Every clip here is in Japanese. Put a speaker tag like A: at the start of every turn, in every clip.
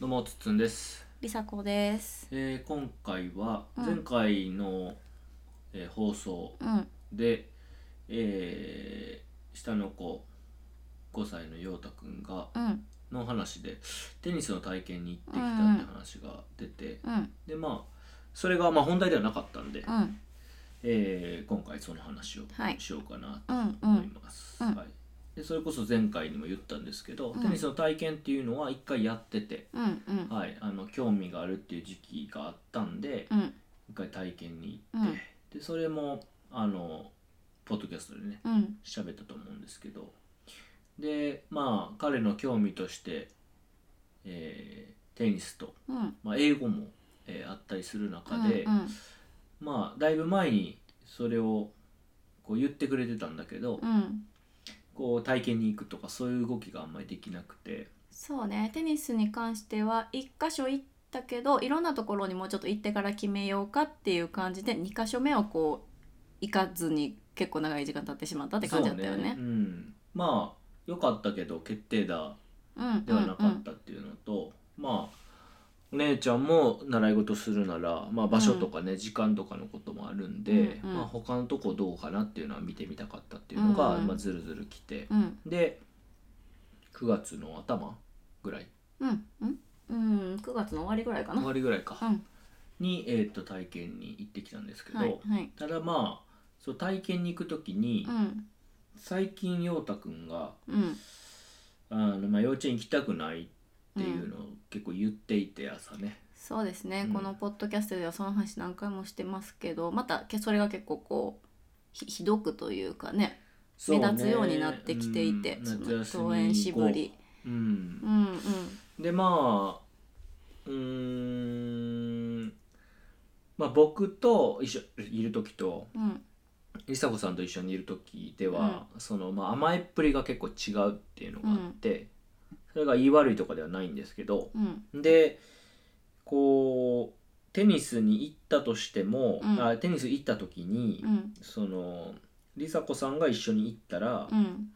A: どうもつっつんです、
B: りさこです。
A: えー今回は
B: うん
A: 前回の、えー放送
B: うん、
A: で、えー下の子5歳の陽太くんが
B: うん、
A: の話でテニスの体験に行ってきたって話が出て、
B: うん、
A: でまあそれがまあ本題ではなかったんで、
B: うん、
A: えー今回その話を
B: はい
A: しようかなと
B: うん、う
A: 思い
B: ん、
A: ます。
B: うん
A: はいでそれこそ前回にも言ったんですけど、
B: うん
A: テニスの体験っていうのは一回やってて、
B: うん、うん、
A: はい、あの興味があるっていう時期があったんで
B: うん、
A: 一回体験に行って、でそれもあのポッドキャストでね
B: うん、
A: 喋ったと思うんですけどでまあ彼の興味として、えーテニスと、
B: うん、
A: まあ、英語も、えーあったりする中で、
B: うん、
A: まあだいぶ前にそれをこう言ってくれてたんだけど、
B: うん、
A: こう体験に行くとかそういう動きがあんまりできなくて
B: そうね。テニスに関しては一箇所行ったけど、いろんなところにもうちょっと行ってから決めようかっていう感じで、二箇所目をこう行かずに結構長い時間経ってしまったって感じだったよ
A: そう
B: ね。
A: うん、まあ良かったけど決定打
B: うん、
A: ではなかったっていうのと、まあお姉ちゃんも習い事するなら、まあ、場所とかね、時間とかのこともあるんで、
B: うんうん
A: まあ、他のとこどうかなっていうのは見てみたかったっていうのが、
B: うんうん
A: まあ、ずるずる来て
B: うん、
A: で9月の頭ぐらい
B: うん、うん、うん、九月の終わりぐらいかな。
A: 終
B: う
A: わりぐらいか、
B: ん、
A: に、えー、と体験に行ってきたんですけど、
B: はい、はい。
A: ただまあそう体験に行く時に、
B: うん、
A: 最近陽太くんが
B: うん、
A: あの、まあ、幼稚園行きたくないっていうのを結構言っていて朝ね。
B: そうですね、
A: うん
B: このポッドキャストではその話何回もしてますけどまたけそれが結構こうひひどくというかね
A: そうね
B: 目立つようになってきていて
A: うん
B: その
A: 夏休み
B: 登園しぶり
A: う、
B: うんんうん
A: でまあうーんまあ僕と一緒いる時と
B: うん
A: 梨紗子さんと一緒にいる時では、そのまあ、甘えっぷりが結構違うっていうのがあって、それが言い悪いとかではないんですけど
B: うん
A: でこうテニスに行ったとしても、
B: うん
A: あテニス行った時に、
B: うん
A: その梨紗子さんが一緒に行ったら、
B: うん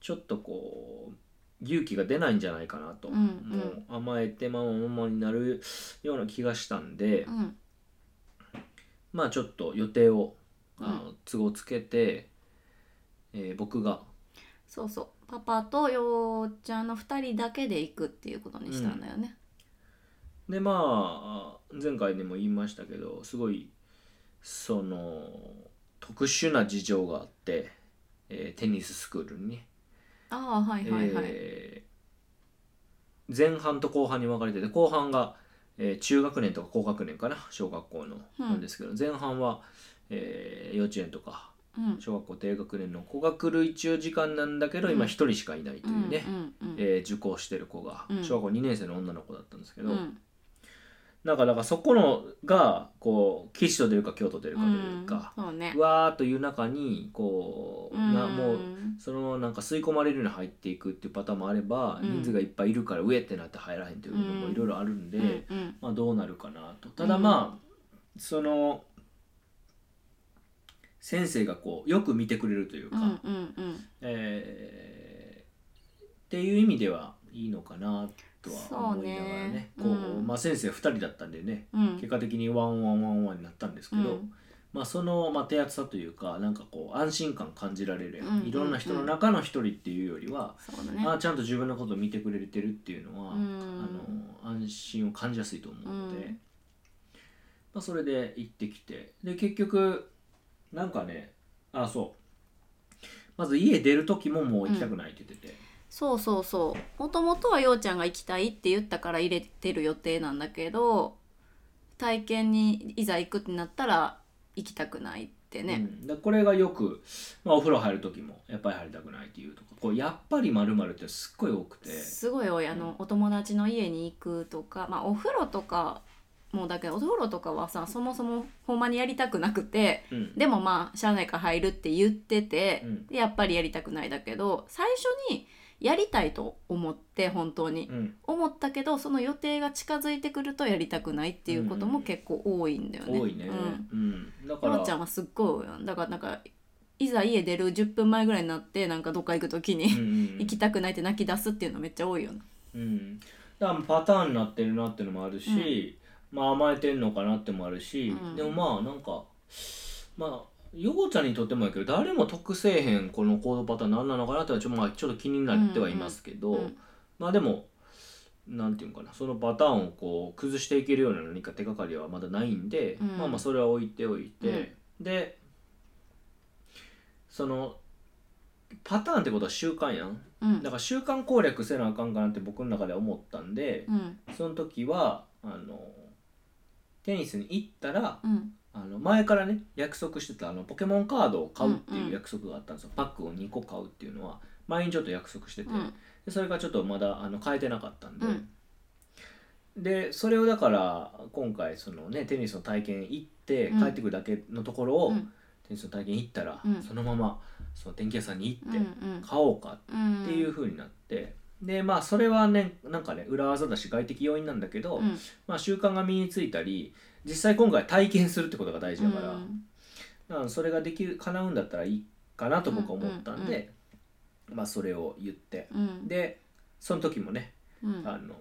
A: ちょっとこう勇気が出ないんじゃないかなと、
B: うんうん
A: もう甘えてままままになるような気がしたんで、
B: うん
A: まあちょっと予定を
B: うん
A: あの、都合つけて、えー僕が
B: そうそうパパとようちゃんの2人だけで行くっていうことにしたんだよね。
A: でまあ前回でも言いましたけどすごいその特殊な事情があって、えーテニススクールにね、
B: ああはいはいはい。
A: えー前半と後半に分かれてて後半が、えー中学年とか高学年かな小学校の、
B: うん
A: なんですけど前半は、えー幼稚園とか
B: うん
A: 小学校低学年の子が来る一応時間なんだけど、今
B: うん
A: 1人しかいないというね、
B: うんうんうん
A: えー受講してる子が
B: うん
A: 小学校2年生の女の子だったんですけど、
B: うん
A: なんかだからそこのがこう吉と出るか京都出るかというか、
B: うんそうね
A: う。わーっという中にこう、なもう
B: うん
A: そのままなんか吸い込まれるように入っていくっていうパターンもあれば、
B: うん
A: 人数がいっぱいいるから上ってなって入らへんというのもいろいろあるんで、
B: うんうん
A: まあ、どうなるかなとただまあ、その先生がこうよく見てくれるというか、
B: うんうんうん
A: えーっていう意味ではいいのかなとは思いながらね
B: そうね
A: こう
B: うん
A: まあ、先生2人だったんでね
B: うん
A: 結果的にワンワンワンワンになったんですけど、
B: うん
A: まあ、その、まあ、手厚さというかなんかこう安心感感じられるやん、
B: うんうんうん
A: いろんな人の中の一人っていうよりは、
B: そうだね。
A: ああちゃんと自分のことを見てくれてるっていうのは、
B: うん
A: あの安心を感じやすいと思うので、
B: うん
A: まあ、それで行ってきてで結局なんかねあそうまず家出る時ももう行きたくないって言ってて、
B: そうそうそうもともとはようちゃんが行きたいって言ったから入れてる予定なんだけど体験にいざ行くってなったら行きたくないって
A: う
B: ね、
A: んでこれがよく、まあ、お風呂入る時もやっぱり入りたくないっていうとかこうやっぱりまるってすっごい多くて。
B: すごい多いあのお友達の家に行くとか、まあ、お風呂とかもだけどお風呂とかはさそもそもほんまにやりたくなくて
A: うん
B: でもまあしゃあないから入るって言ってて
A: う、ん
B: でやっぱりやりたくないだけど最初にやりたいと思って本当に
A: うん
B: 思ったけどその予定が近づいてくるとやりたくないっていうことも結構多いんだよね。
A: 多いね、
B: うん
A: うんだか
B: よ
A: ら
B: うちゃんはすっごい多いよだからなんかいざ家出る10分前ぐらいになってなんかどっか行く時に、
A: うんうんうん
B: 行きたくないって泣き出すっていうのめっちゃ多いよな。
A: うんだからパターンになってるなっていうのもあるし、まあ甘えてんのかなってもあるし、
B: うん
A: でもまあなんかまあヨゴちゃんにとってもやけど誰も得せえへんこの行動パターン何なのかなってのはちょ,、まあ、ちょっと気になってはいますけど、
B: うん
A: まあでもなんていうのかなそのパターンをこう崩していけるような何か手がかりはまだないんで、
B: うん
A: まあまあそれは置いておいて、でそのパターンってことは習慣やん
B: うん
A: だから習慣攻略せなあかんかなって僕の中では思ったんで、
B: うん
A: その時はあのテニスに行ったら
B: うん
A: あの前からね約束してたあのポケモンカードを買うって
B: うんう
A: い
B: ん
A: う約束があったんですよ、パックを2個買うっていうのは前にちょっと約束してて、
B: うん
A: でそれがちょっとまだあの変えてなかったんで、
B: うん
A: でそれをだから今回そのねテニスの体験行って
B: うん
A: 帰ってくるだけのところを、
B: うん
A: テニスの体験行ったら、
B: うん
A: そのままその電気屋さんに行
B: う
A: って
B: ん
A: 買おうか
B: うん
A: っていう風になって、でまあそれはねなんかね裏技だし外的要因なんだけど、
B: うん
A: まあ、習慣が身についたり実際今回体験するってことが大事だから,、
B: うん
A: だからそれができる叶うんだったらいいかなと僕は思ったんで、
B: うんうん
A: まあそれを言って
B: うん
A: でその時もね、
B: うん
A: あの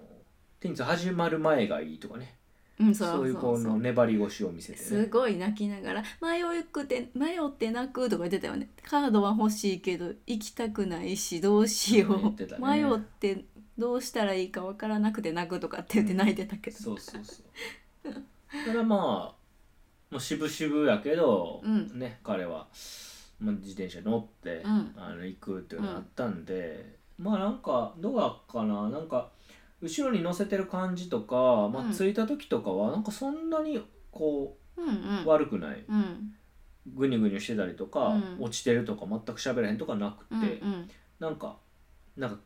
A: テニス始まる前がいいとかね
B: うん
A: そう
B: そう
A: いう
B: そ
A: こ
B: うそ
A: の
B: う
A: 粘り腰を見せて
B: す
A: ね
B: ごい泣きながら「迷うくて迷って泣く」とか言ってたよね「カードは欲しいけど行きたくないしどうしよ
A: 言
B: う」
A: ってたね
B: 迷ってどうしたらいいかわからなくて泣く」とかって言って泣いてたけど、
A: そうそうそうだからまあもう渋々やけど、
B: うん
A: ね彼は、まあ、自転車に乗って、
B: うん
A: あの行くっていうのがあったんで、まあなんかどうだったかななんか後ろに乗せてる感じとか、ま
B: う
A: あ、
B: ん
A: 着いた時とかはなんかそんなにこ
B: うんうん
A: う悪くない
B: うん
A: グニグニしてたりとか、
B: うん
A: 落ちてるとか全く喋らへんとかなく
B: うんう
A: て、
B: ん
A: なんかなんか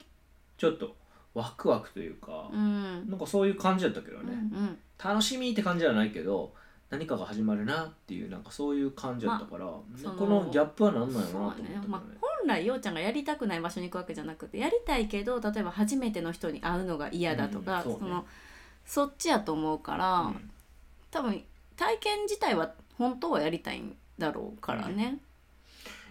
A: ちょっとワクワクというか
B: う、ん
A: なんかそういう感じだったけどね、
B: うん
A: 楽しみって感じじゃないけど何かが始まるなっていうなんかそういう感じだったから、
B: その
A: このギャップは何なんやろ
B: そう
A: な
B: だ
A: と思ったけ
B: ね
A: どね
B: まあ、本来ようちゃんがやりたくない場所に行くわけじゃなくてやりたいけど例えば初めての人に会うのが嫌だとか、
A: うんそうね
B: そのそっちやと思うから、
A: うん
B: 多分体験自体は本当はやりたいんだろうからね。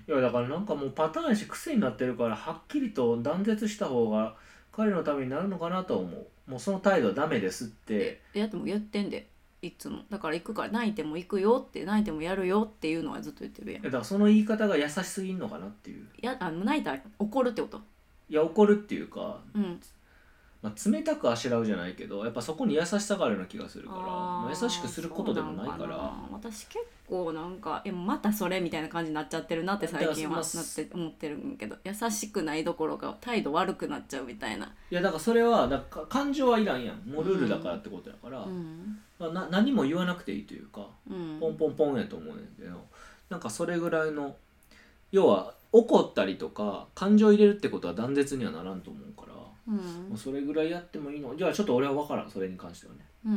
A: いやだからなんかもうパターンやし癖になってるからはっきりと断絶した方が彼のためになるのかなとは思うもうその態度はダメですって
B: いやでも言ってんでいつもだから行くから泣いても行くよって泣いてもやるよっていうのはずっと言ってるやん
A: い。やだからその言い方が優しすぎんのかなっていう
B: いやあの泣いたら怒るってこと。
A: いや怒るっていうか、
B: うん
A: まあ、冷たくあしらうじゃないけどやっぱそこに優しさがあるような気がするから
B: あ
A: まあ
B: ー
A: 優しくすることでもないから
B: そうのな私結構なんかえまたそれみたいな感じになっちゃってるなって最近はな
A: だ
B: っ
A: からそ
B: て思ってるんけど優しくないどころか態度悪くなっちゃうみたいな、
A: いやだからそれはだから感情はいらんやんもうルールだからってことやから、
B: うん
A: まあ、な何も言わなくていいというか
B: うん、
A: ポンポンポンやと思うねんけどなんかそれぐらいの要は怒ったりとか感情入れるってことは断絶にはならんと思うから
B: うん
A: もうそれぐらいやってもいいのじゃあちょっと俺は分からんそれに関してはね
B: う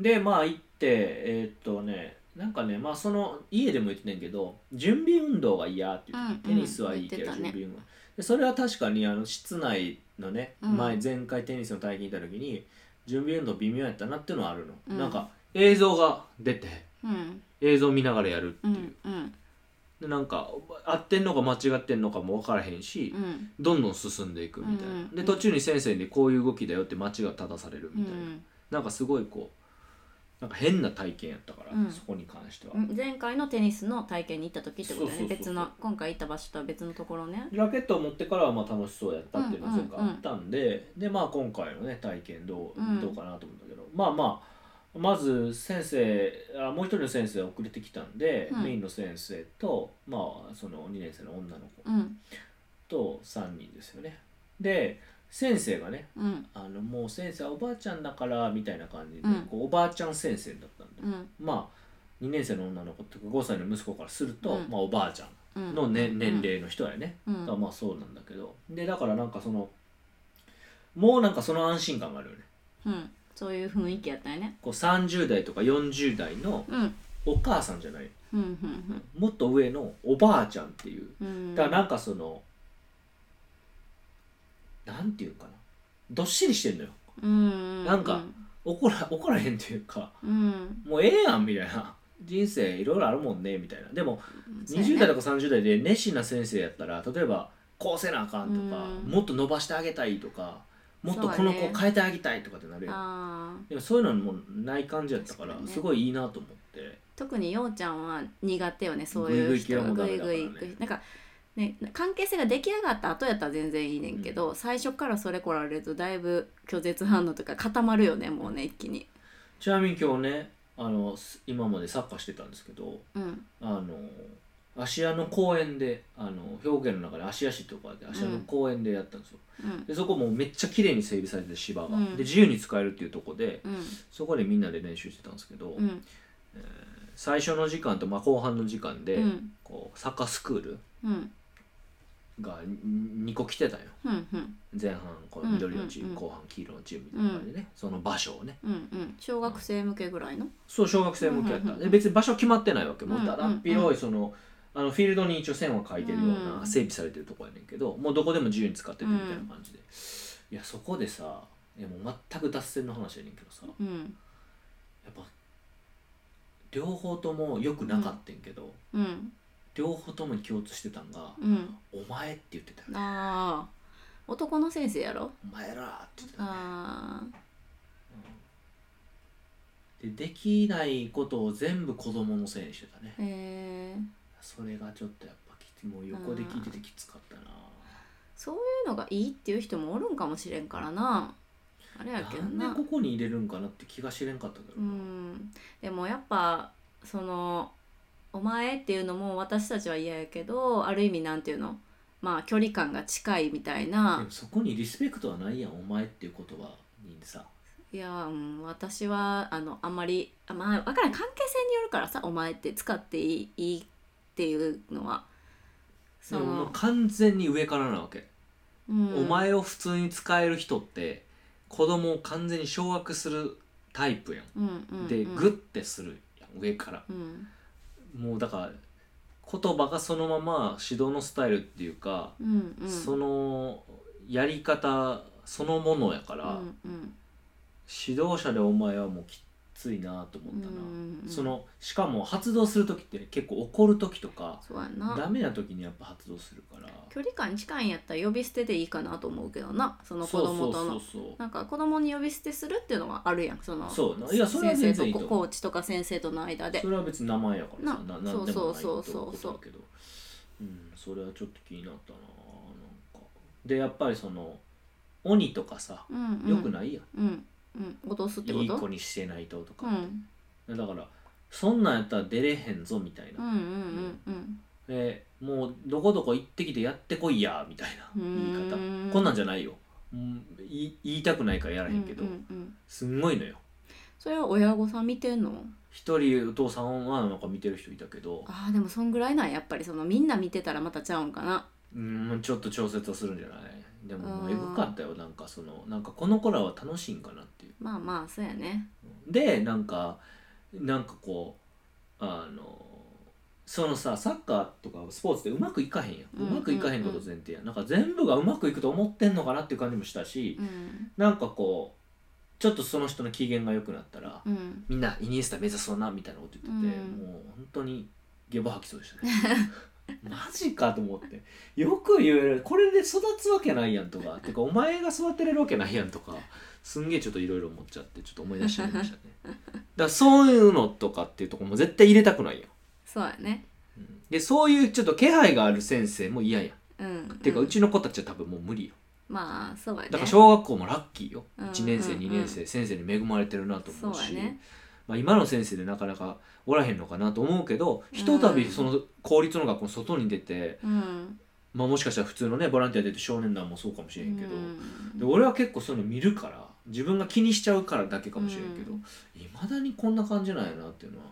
B: ん
A: でまあ行ってえーっとねなんかねまあその家でも言ってたんやけど準備運動が嫌って言ってた、
B: うん
A: テニスはいいけど、
B: うん言
A: 準
B: ってたね
A: 備運動でそれは確かにあの室内のね、
B: うん
A: 前前回テニスの体験行った時に準備運動微妙やったなっていうのはあるの、
B: うん
A: なんか映像が出て
B: うん
A: 映像見ながらやるって
B: う
A: い
B: ん
A: う、
B: うん
A: でなんか合ってんのか間違ってんのかも分からへんし、
B: うん
A: どんどん進んでいくみたいな、
B: うんうん
A: で途中に先生にこういう動きだよって間違いを正される
B: う
A: みたいな、
B: ん
A: なんかすごいこうなんか変な体験やったから、
B: うん
A: そこに関しては、
B: 前回のテニスの体験に行った時ってことだよ
A: そ
B: ね
A: うそうそうそう
B: 別の今回行った場所とは別のところね
A: ラケットを持ってからはまあ楽しそうやったっていうのが
B: うん
A: 前回あったんで、でまあ今回のね体験どう,、
B: うん
A: どうかなと思うんだけどまあまあまず先生あもう一人の先生が遅れてきたんで、
B: うん
A: メインの先生とまあその2年生の女の子
B: うん
A: と3人ですよねで先生がね
B: うん
A: あのもう先生はおばあちゃんだからみたいな感じで、
B: うん
A: こうおばあちゃん先生だったんで、
B: うん
A: まあ2年生の女の子とか5歳の息子からすると、
B: うん
A: まあ、おばあちゃ
B: うんん
A: の、ね年齢の人やね、
B: うん
A: だからまあそうなんだけどでだからなんかそのもうなんかその安心感があるよね
B: うんそういう雰囲気やったよね
A: こう30代とか40代の
B: うん
A: お母さんじゃない
B: うんうん
A: もっと上のおばあちゃんっていう
B: うんうん
A: だからなんかその、なんていうかなどっしりしてんのよ
B: うん
A: なんか怒ら怒らへんというか
B: うん
A: もうええやんみたいな人生いろいろあるもんねみたいなでも
B: そうやね
A: 20代とか30代で熱心な先生やったら例えばこうせなあかんとか、
B: うん
A: もっと伸ばしてあげたいとかもっとこの
B: そう
A: 子
B: やね
A: 変えてあげたいとかってなるやん
B: あー
A: でもそういうのもない感じやったから
B: 確かにね
A: すごいいいなと思って
B: 特にようちゃんは苦手よねそういう人が
A: グ
B: グ
A: イ
B: イ
A: グ
B: グ
A: イ系は
B: イ
A: もうダメだからね
B: 行くなんかね関係性が出来上がった後やったら全然いいねんけど、最初からそれ来られるとだいぶ拒絶反応とか固まるよねもうね一気に
A: ちなみに今日ねあのす今までサッカーしてたんですけど
B: うん
A: あの芦屋の公園であの表現の中で芦屋市とかで芦屋の公園でやったんですよ、
B: うん
A: でそこもうめっちゃ綺麗に整備されてて芝が、
B: うん
A: で自由に使えるっていうとこで
B: うん
A: そこでみんなで練習してたんですけど、
B: うん
A: 最初の時間と、まあ、後半の時間で、
B: うん
A: こうサッカースクール
B: うん
A: が2個来てたんよ
B: うんうん
A: 前半こう緑のチーム、
B: うんうんうん
A: 後半黄色のチームみたいな感じでね、その場所をね
B: うんうん小学生向けぐらいの
A: そう小学生向けやった、
B: うんうんうん
A: で別に場所決まってないわけも
B: う
A: うんだだっ広いその,、あのフィールドに一応線は書いてるよう
B: う
A: なん整備されてるとこやねんけどもうどこでも自由に使っててみたいな感じで、いやそこでさいやもう全く脱線の話やねんけどさや
B: うん
A: っぱ両方とも良くなかったんけど、
B: うん
A: 両方ともに共通してたんが
B: うん
A: 「お前」って言ってたよね
B: ああ男の先生やろ
A: 「お前ら」って言ってたよね
B: ああ
A: でできないことを全部子供のせいにしてたね
B: えー、
A: それがちょっとやっぱきつもう横で聞いててきつかったな
B: そういうのがいいっていう人もおるんかもしれんからなあれやけど
A: な
B: なん
A: でここに入れるんかなって気が知れんかったんだろ
B: う
A: うな、
B: んでもやっぱその「お前」っていうのも私たちは嫌やけどある意味なんていうのまあ距離感が近いみたい
A: で
B: な
A: もそこにリスペクトはないやん「お前」っていう言葉にさ
B: いや、うん、私はあのあんまりあまあ分からん関係性によるからさ「お前」って使っていいいいっていうのは
A: で
B: そ
A: ももう
B: の、
A: 完全に上からなわけ、
B: うん、
A: お前を普通に使える人って子供を完全に掌握するタイプやん、
B: うんうんうん、
A: でグッてするやん上から
B: うん
A: もうだから言葉がそのまま指導のスタイルっていうか、
B: うんうん
A: そのやり方そのものやから、
B: うんうん
A: 指導者でお前はもうきついなと思ったな、
B: うんうん
A: そのしかも発動する時って結構怒る時とか
B: そうやな
A: ダメな時にやっぱ発動するから
B: 距離感近いんやったら呼び捨てでいいかなと思うけどなその子供と
A: そう
B: の
A: そうそう
B: なんか子供に呼び捨てするっていうのはあるやんその
A: そうないやそれは全
B: 先
A: 然い
B: 生
A: い
B: と
A: と
B: コ
A: 思
B: コ
A: う
B: ーチとか先生との間で
A: それは別に名前やからさ
B: な
A: ななんでもない
B: そうそうそうそう
A: ってことだけどうんそれはちょっと気になったななんかでやっぱりその鬼とかさ
B: うんうん
A: よくないや、
B: うんうん脅すって
A: ん、
B: こと
A: いい子にしてないとと
B: う
A: かって、
B: ん
A: だからそんなんやったら出れへんぞみたい
B: うんう
A: な、
B: んうん
A: でもうどこどこ行ってきてやってこいやみたいな
B: う
A: 言い
B: ん
A: 方
B: う
A: こんなんじゃないようん言い言いたくないからやらへんけど、
B: うんうんうん
A: すんごいのよ
B: それは親御さん見てんの
A: 一人お父さんはなんか見てる人いたけど
B: あーでもそんぐらいなんやっぱりそのみんな見てたらまたちゃうんかな
A: うんちょっと調節はするんじゃないでももう
B: あ
A: エ
B: ー
A: グかったよなんかそのなんかこの子らは楽しいんかなっていう
B: まあまあそうやね
A: でなんかなんかこうあのそのさサッカーとかスポーツってうまくいかへんやん、う
B: うん
A: まくいかへんこと前提やんなんか全部がうまくいくと思ってんのかなっていう感じもしたし、
B: うん
A: なんかこうちょっとその人の機嫌が良くなったら、
B: うん
A: みんなイニエスタ目指そうなみたいなこと言ってて、
B: うん
A: もう本当にゲボ吐きそうでしたね マジかと思ってよく言えるこれで育つわけないやんとかてかお前が育てれるわけないやんとかすんげえちょっといろいろ思っちゃってちょっと思い出しちゃいましたねだからそういうのとかっていうとこも絶対入れたくないやん、
B: そうやね
A: うんでそういうちょっと気配がある先生も嫌やん、
B: うん
A: てかうちの子たちは多分もう無理よ
B: まあそうやね
A: だから小学校もラッキーよ、
B: うん
A: 1年生
B: うん
A: 2年生、先生に恵まれてるなと
B: そ
A: 思う
B: うや
A: し
B: ね
A: まあ、今の先生でなかなかおらへんのかなと思うけどひとたび
B: うん
A: その公立の学校の外に出て、
B: うん
A: まあ、もしかしたら普通のねボランティア出て少年団もそうかもし
B: う
A: れんけど、
B: ん
A: で俺は結構そういうの見るから自分が気にしちゃうからだけかもしれんけど
B: う
A: いま、未だにこんな感じなんやなっていうのは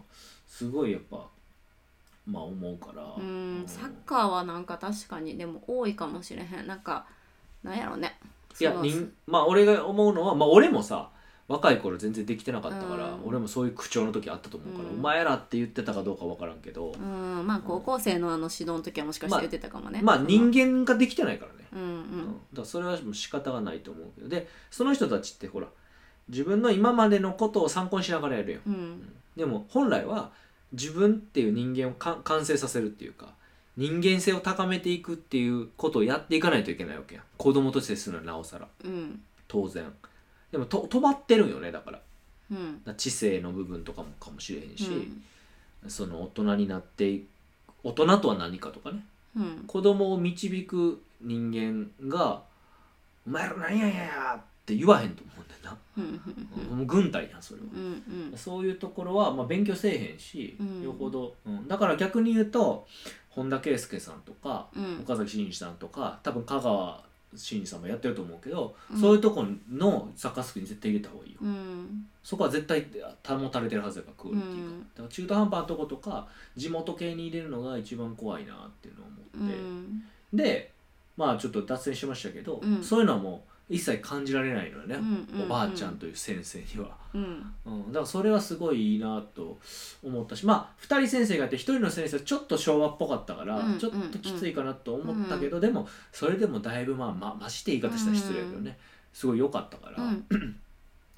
A: すごいやっぱまあ思うから、
B: うん、サッ
A: い
B: カーはなんか確かにでも多いかもしれへんなんかなんやろね
A: や
B: その
A: にんまあ俺が思うのは、まあ、俺もさ若い頃全然できてなかったから、
B: うん
A: 俺もそういう口調の時あったと思うから、
B: う
A: お
B: ん
A: 前らって言ってたかどうかわからんけど、
B: うんまあ高校生のあの指導の時はもしかして言ってたかもね、
A: まあ
B: その
A: 人間ができてないからね
B: うん
A: うんだからそれはもう仕方がないと思うけどでその人たちってほら自分の今までのことを参考にしながらやるよ、
B: うんう
A: うんんでも本来は自分っていう人間をか完成させるっていうか人間性を高めていくっていうことをやっていかないといけないわけやん子供と接するのはなおさら
B: うん
A: 当然でもと止まってるんよねだからだか
B: うん
A: ら知性の部分とかもかもしれへん
B: う
A: し、
B: ん
A: その大人になってい大人とは何かとかね
B: うん
A: 子供を導く人間が「お前らなんややや!」って言わへんと思うんだよな、
B: うんうん
A: もう軍隊やんそれは、
B: うんうん
A: そういうところは、まあ、勉強せえへんし、
B: うん
A: よほど、うんだから逆に言うと本田圭佑さんとか
B: うん
A: 岡崎真司さんとか多分香川真司さんもやってると思うけど、
B: うん
A: そういうとこのサッカースクに絶対入れた方がいいよ、
B: うん
A: そこは絶対保たれてるはずやからクオリティが、
B: うん
A: だから中途半端なとことか地元系に入れるのが一番怖いなっていうのを
B: う
A: 思って、
B: ん
A: でまあちょっと脱線しましたけど、
B: うん
A: そういうのはもう一切感じられないのよね、
B: うん
A: おばあちゃんという先生には。
B: うん
A: うん、だからそれはすごいいいなと思ったしまあ2人先生がいて1人の先生はちょっと昭和っぽかったから、
B: うん
A: ちょっときついかなと思ったけど、でもそれでもだいぶまあままして言い方したら失礼だけどね、すごい良かったから、
B: うん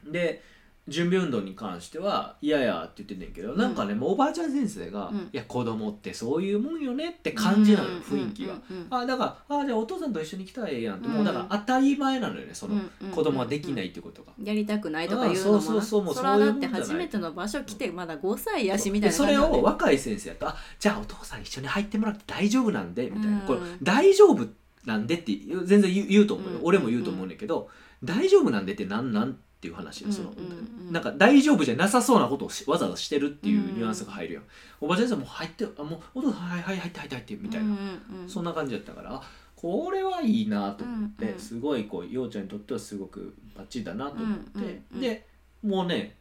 A: で準備運動に関しては「いやいや」って言ってんねんけど、なんかねもうおばあちゃん先生が「
B: うん
A: いや子供ってそういうもんよね」って感じなのよ、雰囲気が。
B: うんうん
A: あだからあじゃあお父さんと一緒に来たらええやんって、
B: うん
A: もうだから当たり前なのよねそ
B: うん
A: の
B: うん
A: 子供はできないってことが。
B: やりたくないとか言うのもな
A: あそうそうそうもう
B: それはだっ
A: そう
B: て
A: いうもんじ
B: 初
A: ゃない
B: めての場所来てまだ5歳やしみたいな
A: そ
B: 感じ
A: れ
B: だね
A: を若い先生やと「あじゃあお父さん一緒に入ってもらって大丈夫なんで」みたいな
B: う
A: 「
B: ん
A: これ大丈夫なんで」って言う全然言う言うと思うよ、
B: うん
A: 俺も言うと思うんだけど「大丈夫なんで」ってなんなんっていう話よその、
B: うんうんうん
A: なんか大丈夫じゃなさそうなことをしわざわざしてるっていうニュアンスが入るよ、おばあちゃん先生もう入ってあもうお父さんはいはい入って入って入ってみたいな、
B: うんうん
A: そんな感じだったからあこれはいいなと思って、
B: うんうん
A: すごいこう陽ちゃんにとってはすごくバッチリだなと思って、
B: うんうんうん
A: でもうね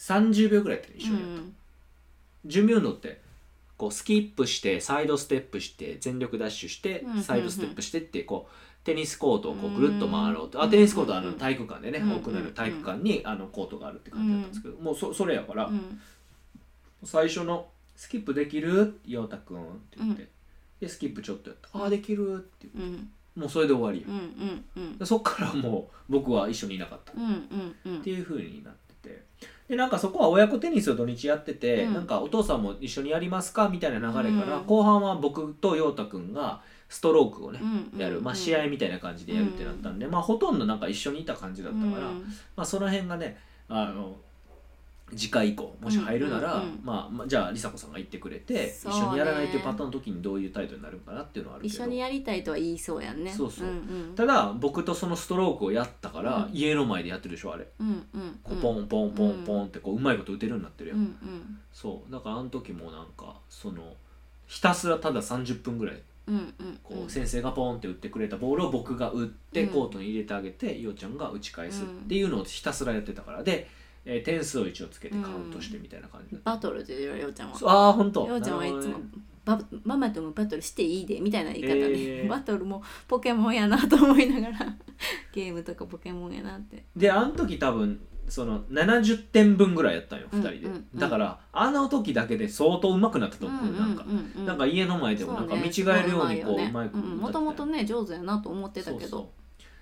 A: 30秒ぐらいやったね一緒にやったの準備運動ってこうスキップしてサイドステップして全力ダッシュして
B: うんうんうん
A: サイドステップしてってこうテニスコートをこうぐるっと回ろうと
B: うん
A: あ
B: うん
A: テニスコートはあの体育館でね
B: うんうん
A: 屋内の体育館にあのコートがあるって感じだったんですけどもうそそれやから
B: うん
A: 最初の「スキップできる?」陽太くんって言ってでスキップちょっとやった「あーできる」って言っ
B: うんうん
A: てもうそれで終わり
B: う
A: よ
B: んうん
A: でそっからもう僕は一緒にいなかった
B: うんうんうんうん
A: っていう風になっててでなんかそこは親子テニスを土日やってて、
B: うん
A: なんかお父さんも一緒にやりますかみたいな流れから、
B: うん
A: 後半は僕と陽太くんがストロークをね、
B: うんうん
A: やる、まあ、試合みたいな感じでやるってなったんで、まあ、ほとんどなんか一緒にいた感じだったから、
B: うん
A: まあ、その辺がねあの次回以降もし入るなら、
B: うんうんうん
A: まあ、まあじゃあ梨紗子さんが行ってくれて、
B: そ
A: 一
B: うね
A: 緒にやらないというパターンの時にどういう態度になるかなっていうのはあるけど
B: 一緒にやりたいとは言いそうやんね
A: そうそうん
B: ん
A: ただ僕とそのストロークをやったから、
B: うん
A: 家の前でやってるでしょあれ。
B: うんうん
A: こうポンポンポンポンってこううまいこと打てるようになってる
B: う
A: や
B: ん
A: ん、
B: うん
A: そうだからあの時もなんかそのひたすらただ30分ぐらい
B: うんうん
A: こう先生がポンって打ってくれたボールを僕が打って
B: うん
A: コートに入れてあげて、ようちゃんが打ち返すっていうのをひたすらやってたからで、えー点数を一応つけてカウントしてみたいな感じだった、
B: バトルって言われようちゃんは
A: そうああほんと
B: ようちゃんはいつもバ「ママともバトルしていいで」みたいな言い方で、
A: えー
B: バトルもポケモンやなと思いながら ゲームとかポケモンやなって
A: であの時多分その70点分ぐらいやったんよ
B: うん
A: 2人で、
B: うんうん
A: だからあの時だけで相当うまくなったと思う、なんか、
B: う
A: なんか家の前でもなんか見違えるようにこううまいこと歌ってたよ
B: もともとね上手やなと思ってたけ
A: そうそう
B: ど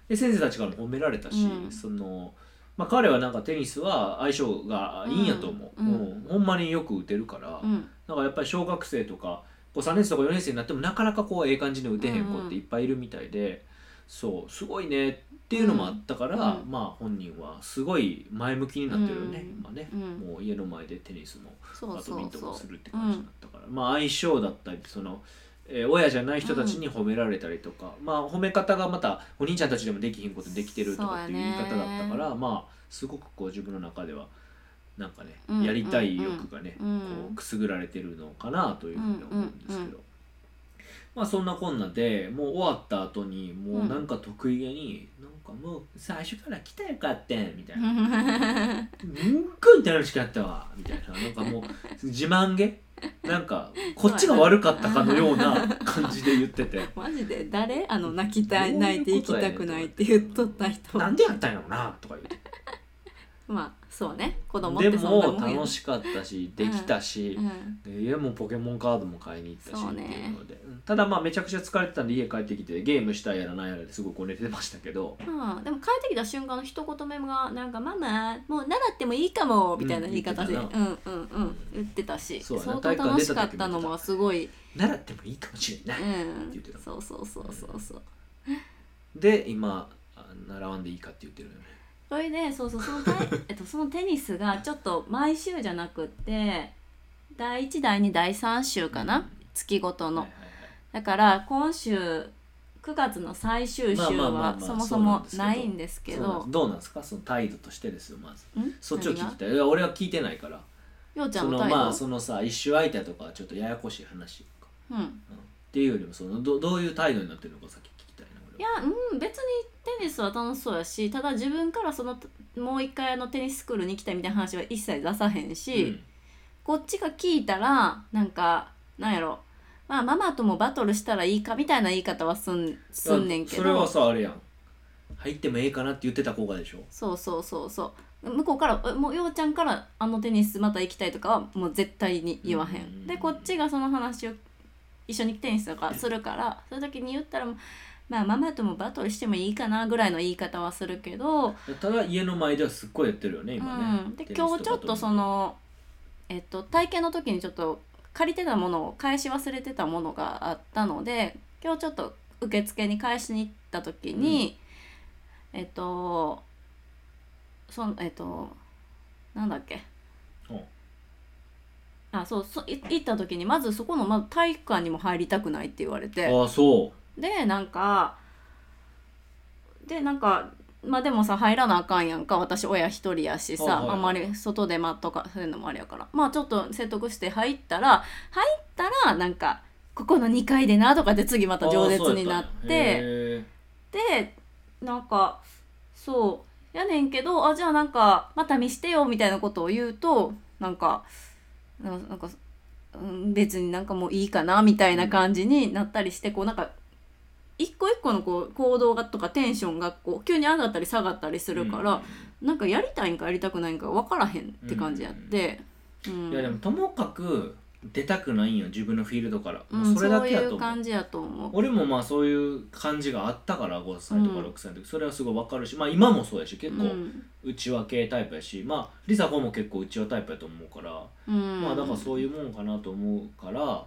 A: で先生たちからも褒められたし、
B: うん
A: そのまあ、彼はなんかテニスは相性がいいんやと思う、
B: うん
A: もうほんまによく打てるから、
B: うん
A: なんかやっぱり小学生とかこう3年生とか4年生になってもなかなかこうええ感じに打てへん子っていっぱいいるみたいで、そうすごいねっていうのもあったから、
B: うん
A: まあ本人はすごい前向きになってるよね、
B: うん
A: 今ね
B: う、ん
A: もう家の前でテニスも
B: そう
A: バドミ
B: そ
A: ン
B: う
A: トンを
B: そ
A: するって感じだったから、まあ相性だったりその、えー親じゃない人たちに褒められたりとか、まあ褒め方がまたお兄ちゃんたちでもできひんことできてるとかっていう言い方だったから、まあすごくこう自分の中ではなんかね、
B: うん
A: やりたい欲がね、
B: うんうん
A: こうくすぐられてるのかなというふうに思うんですけど。まあそんなこんなでもう終わった後にもうなんか得意げに「なんかもう最初から来たよかって」みたいうな
B: う
A: すっごい楽しかったわみたいななんかもう自慢げなんかこっちが悪かったかのような感じで言ってて
B: マジで誰あの泣きたい
A: どう
B: 泣
A: いう
B: い
A: ことや
B: て
A: ねん
B: 行きたくないって言っとった人
A: なんでやったんやろなとか言って
B: まあそうね子供っ
A: で
B: てそんな
A: も
B: もんやね
A: 楽しかったしできたし
B: う、ん
A: いやもうポケモンカードも買いに行ったし
B: そ
A: っ
B: う
A: て
B: ね
A: いうので、うんただまあめちゃくちゃ疲れてたんで家帰ってきてゲームしたいやらなんやらですごいこう寝てましたけど
B: まあ、でも帰ってきた瞬間の一言目がなんか「ママもう習ってもいいかも」みたいな言い方で、う
A: うんん、
B: うんうん言ってたし
A: そうやな
B: 相当楽しかったのもすごい、
A: 習ってもいいかもしれ
B: う
A: ない、
B: ん
A: 言ってた、
B: そうそうそうそうそう
A: で今あ習わんでいいかって言ってるよね
B: それでそうそうそ のタイえっと、そのテニスがちょっと毎週じゃなくって第1第2第3週かな、
A: うん
B: 月ごとの、
A: はい
B: だから今週9月月の最終週
A: まあまあまあま
B: は
A: あ
B: そもそも
A: そうな
B: なん
A: ですけど
B: いんです
A: はいは
B: け
A: い、そうなんです
B: ど
A: どうなんですかその態度としてですよまず
B: ん
A: そっちを聞
B: 何
A: き
B: が
A: たいいや俺は聞いてないから
B: ようちゃ
A: そ
B: ん
A: の
B: の態度、
A: まあそのさ一周空いたとかはちょっとややこしい話か、
B: うん、
A: うんっていうよりもそのどどういう態度になってるのかさっき聞きたいな俺はい
B: やうん別にテニスは楽しそうやしただ自分からそのもう一回あのテニススクールに来たみたいな話は一切出さへんし、
A: うん
B: こっちが聞いたらなんかなんやろまあママともバトルしたらいいかみたいな言い方はすんすんねんけ
A: それは
B: ど
A: さあれやん入ってもええかなって言ってた子がでしょ
B: そうそうそうそう向こうからえもうようちゃんからあのテニスまた行きたいとかはもう絶対に言わへん、
A: うん
B: でこっちがその話を一緒にテニスとかするからそういう時に言ったらもうまあママともバトルしてもいいかなぐらいの言い方はするけど、
A: ただ家の前ではすっごいやってるよね今ね、
B: うん、で
A: テニス
B: 今
A: か
B: 日ちょっとそのえっと体験の時にちょっと借りてたものを返し忘れてたものがあったので今日ちょっと受付に返しに行った時に、えっとそのえっとなんだっけ
A: うん
B: あそうそい行った時にまずそこのまず体育館にも入りたくないって言われて
A: ああそ
B: でなんかでなんかまあでもさ入らなあかんやんか私親一人やしさ、
A: はいはい
B: あんまり外で待っとかそういうのもあれやからまあちょっと説得して入ったら入ったらなんかここの2階でなとかで次ま
A: う
B: た饒舌になってでなんかそうやねんけどあじゃあなんかまた見してよみたいなことを言うとなんかななんか、うん、別になんかもういいかなみたいな感じになったりして、こうなんか一個一個のこう行動がとかテンションがこう急に上がったり下がったりす
A: す
B: るから、なんかやりたいんかやりたくないんか分からへんって感じやって。うん
A: いやでもともかく出たくないんよ自分のフィールドから、
B: う
A: も
B: ん、
A: うそれだけや
B: そ
A: と思
B: ういう
A: う
B: 感じやと思う。
A: 俺もまあそういう感じがあったから5歳とか
B: うん
A: 6歳の時、それはすごいわかるしまあ今もそうやし結
B: う
A: 構
B: ん
A: 内輪系タイプやし、まあ梨紗子も結構内輪タイプやと思うから、
B: うん、
A: まあだからそういうもんかなと思うから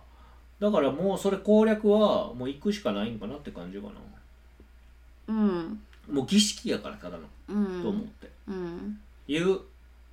A: だからもうそれ攻略はもう行くしかないんかなって感じかな
B: うん、
A: もう儀式やからただの、
B: うん、
A: と思って
B: うん、
A: 言う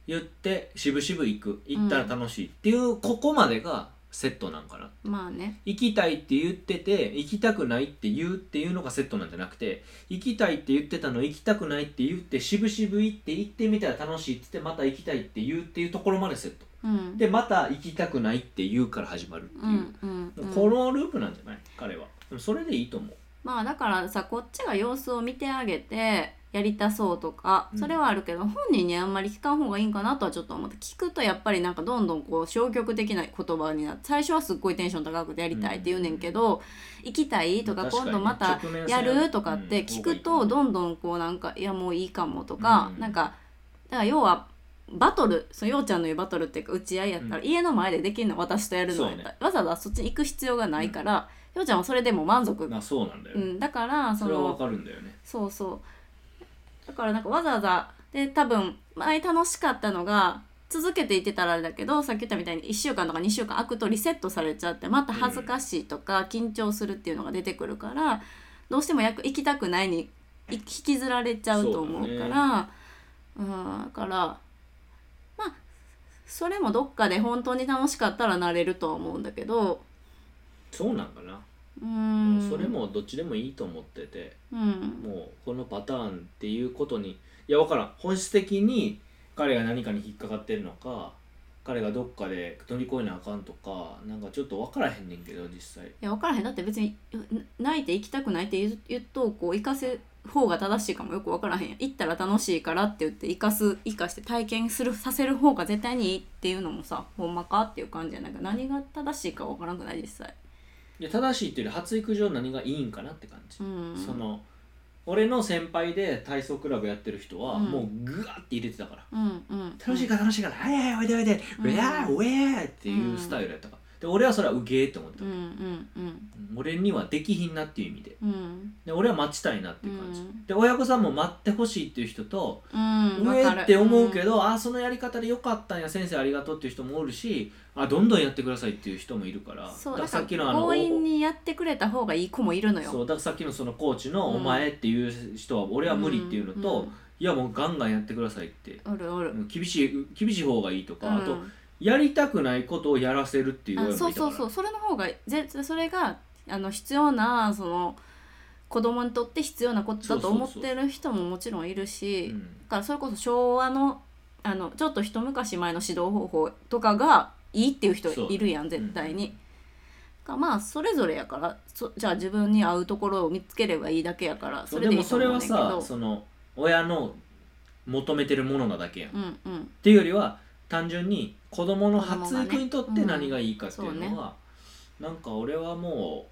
A: 言って渋々行く行ったら楽しいっていう、ここまでがセットなんかな
B: まあね、
A: 行きたいって言ってて行きたくないって言うっていうのがセットなんじゃなくて行きたいって言ってたの行きたくないって言って渋々行って行ってみたら楽しいって言ってまた行きたいって言うっていうところまでセット
B: うん、
A: でまた行きたくないって言うから始まるっていう
B: う、んうんうん、
A: このループなんじゃない彼はでもそれでいいと思う
B: まあだからさこっちが様子を見てあげてやりたそうとか
A: うん
B: それはあるけど、本人にあんまり聞かん方がいいんかなとはちょっと思って聞くとやっぱりなんかどんどんこう消極的な言葉になって最初はすっごいテンション高くてやりたいって言うねんけど、行きたいとか
A: 確
B: 今
A: に
B: 度また
A: 直面性
B: や
A: あ
B: るとかって聞くと
A: うん
B: どんどんこうなんかいやもういいかもとか、
A: うん
B: なんかだから要はバトルそのようちゃんの言うバトルっていうか打ち合いやったら
A: う
B: 家の前でできるの私とやるのやったら、わざわざそっちに行く必要がないから、ようちゃんはそれでも満足
A: まあそうなんだよ、
B: うん、だからそ
A: それはわ
B: の
A: かるんだよね
B: そうそうだからなんかわざわざで多分前楽しかったのが続けていってたらあれだけどさっき言ったみたいに1週間とか2週間空くとリセットされちゃってまた恥ずかしいとか緊張するっていうのが出てくるから、どうしてもやく行きたくないにい引きずられちゃうと思うからうんだからまあそれもどっかで本当に楽しかったらなれるとは思うんだけど
A: そうなんかな、
B: うーん
A: それもどっちでもいいと思ってて
B: うん
A: もうこのパターンっていうことにいやわからん本質的に彼が何かに引っかかってるのか彼がどっかで乗り越えなあかんとかなんかちょっと分からへんねんけど実際
B: いや分からへんだって別にな泣いて行きたくないって言う言っとこう行かせ方が正しいかもよく分からへんやん行ったら楽しいからって言って行かす行かして体験するさせる方が絶対にいいっていうのもさほんまかっていう感じやなんか何が正しいか分からんくない実際
A: いや正しいっていうより発育上何がいいんかなって感じ、
B: うん
A: その俺の先輩で体操クラブやってる人は
B: うん
A: もうグワって入れてたから、
B: うんうん
A: 楽しいから楽しいから、はいはいおいでおいで、
B: う
A: うんェーウェーっていうスタイルやったから、で俺はそれはうげえって思ってた、
B: うんうんうん
A: 俺にはできひんなっていう意味で
B: うん
A: で俺は待ちたいなっていう感じ、
B: うん
A: で親御さんも待ってほしいっていう人と、
B: うん
A: 上
B: わかる
A: って思うけど、あそのやり方でよかったんや先生ありがとうっていう人もおるしあどんどんやってくださいっていう人もいるから
B: そう
A: だから
B: だ
A: さ
B: か
A: っ
B: ら
A: きのあの
B: 強引にやってくれた方がいい子もいるのよ
A: そうだからさっきのそのコーチの「
B: うん
A: お前」っていう人は俺は無理っていうのと、
B: うん
A: いやもうガンガンやってくださいって、
B: うんおるおる、
A: 厳しい厳しい方がいいとか、あと
B: うん
A: やりたくないことをやらせるっていう親も
B: あ
A: いたか
B: そ
A: ら
B: うそうそうそれの方がぜそれがあの必要なその子供にとって必要なことだと思ってる人ももちろんいるし
A: うん
B: だからそれこそ昭和のあのちょっと一昔前の指導方法とかがいいっていう人いるやん絶対に。だからまあそれぞれやからそじゃあ自分に合うところを見つければいいだけやから
A: そ
B: そうれ
A: で
B: でい
A: も
B: いと
A: そ
B: 思
A: れ
B: う
A: は
B: ねんだけど
A: さその親の求めてるものなだけやん、っ
B: うんうん
A: ていうよりは単純に子供の発
B: 子供が
A: 育
B: ね
A: にとって何がいいかっていう
B: うん
A: の
B: そ
A: は、なんか俺はも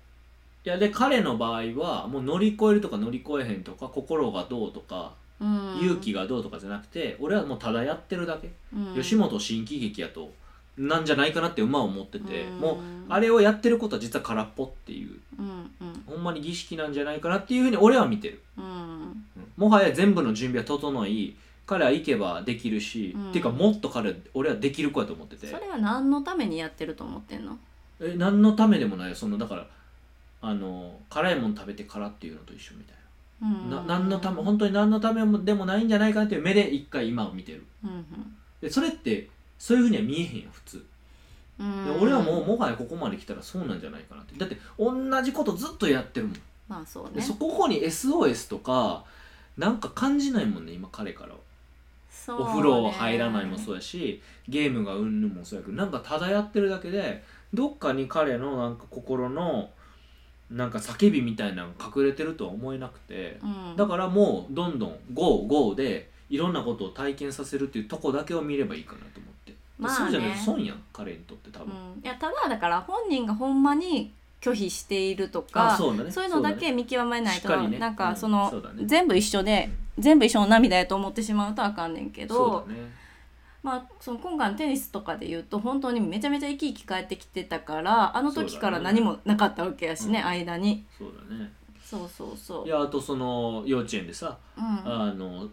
A: ういやで彼の場合はもう乗り越えるとか乗り越えへんとか心がどうとか
B: うん、
A: 勇気がどうとかじゃなくて俺はもうただやってるだけ、吉本新喜劇やとなんじゃないかなって馬を持ってて、
B: うん
A: もうあれをやってることは実は空っぽっていう
B: うんうん
A: ほんまに儀式なんじゃないかなっていうふうに俺は見てる、
B: うん
A: うんもはや全部の準備は整い彼は行けばできるし、
B: うん
A: ていうかもっと彼俺はできる子やと思ってて
B: それは何のためにやってると思ってんの
A: え何のためでもないよそのだからあの辛いもん食べてからっていうのと一緒みたい
B: うん
A: なな何のため本当に何のためでもないんじゃないかなっていう目で一回今を見てる
B: うん
A: でそれってそういうふうには見えへんよ普通
B: うん
A: で
B: うん
A: 俺はもうもはやここまで来たらそうなんじゃないかなってだって同じことずっとやってるもん、
B: まあそう
A: で
B: ね
A: そここに SOS とかなんか感じないもんね今彼からは
B: そうね
A: お風呂入らないもそうやしゲームがうんぬんもそうやけどなんかただやってるだけでどっかに彼のなんか心のなんか叫びみたいなのが隠れてるとは思えなくて
B: うん
A: だからもうどんどんゴーゴーでいろんなことを体験させるっていうとこだけを見ればいいかなと思って、
B: まあね
A: そうじゃないと損やん彼にとって多分、
B: うんいやただだから本人がほんまに拒否していると
A: あ
B: か
A: そうだね
B: そういうのだけ見極めない
A: しっか
B: と、
A: りね
B: なん
A: う
B: か
A: ん
B: その、
A: そうだね
B: 全部一緒で全部一緒の涙やと思ってしまうとあかんねんけ
A: そう
B: ど、
A: だね
B: まあ、その今回のテニスとかで言うと本当にめちゃめちゃ生き生き帰ってきてたからあの時から何もなかったわけやしね
A: うん
B: 間に
A: そうだね
B: そうそうそう
A: いやあとその幼稚園でさ、
B: うん
A: あのう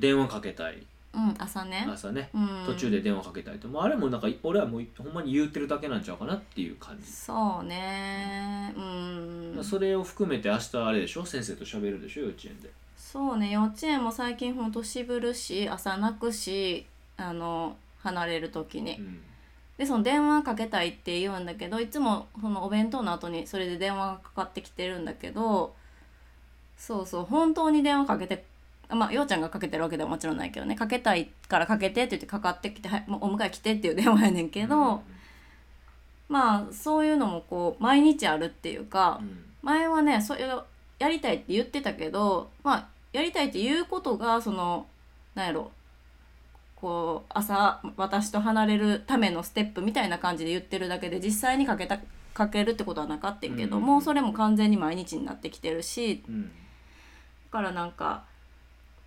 A: 電話かけたい
B: うん、朝ね、
A: 朝ね
B: うん、
A: 途中で電話かけたいと、もうあれもなんか俺はもうほんまに言ってるだけなんちゃうかなっていう感じ、
B: そうねうん
A: それを含めて明日あれでしょ先生と喋るでしょ幼稚園で
B: そうね幼稚園も最近ほんと渋るし朝泣くしあの離れる時に、
A: うん
B: でその電話かけたいって言うんだけどいつもそのお弁当の後にそれで電話がかかってきてるんだけどそうそう本当に電話かけてまあようちゃんがかけてるわけではもちろんないけどねかけたいからかけてって言ってかかってきて、はい、もうお迎え来てっていう電話やねんけど、まあそういうのもこう毎日あるっていうか、
A: うん
B: 前はねそれをやりたいって言ってたけどまあやりたいっていうことがそのなんやろこう朝私と離れるためのステップみたいな感じで言ってるだけで実際にかけたかけるってことはなかったけど、
A: うん
B: もうそれも完全に毎日になってきてるし
A: うんうん
B: だからなんか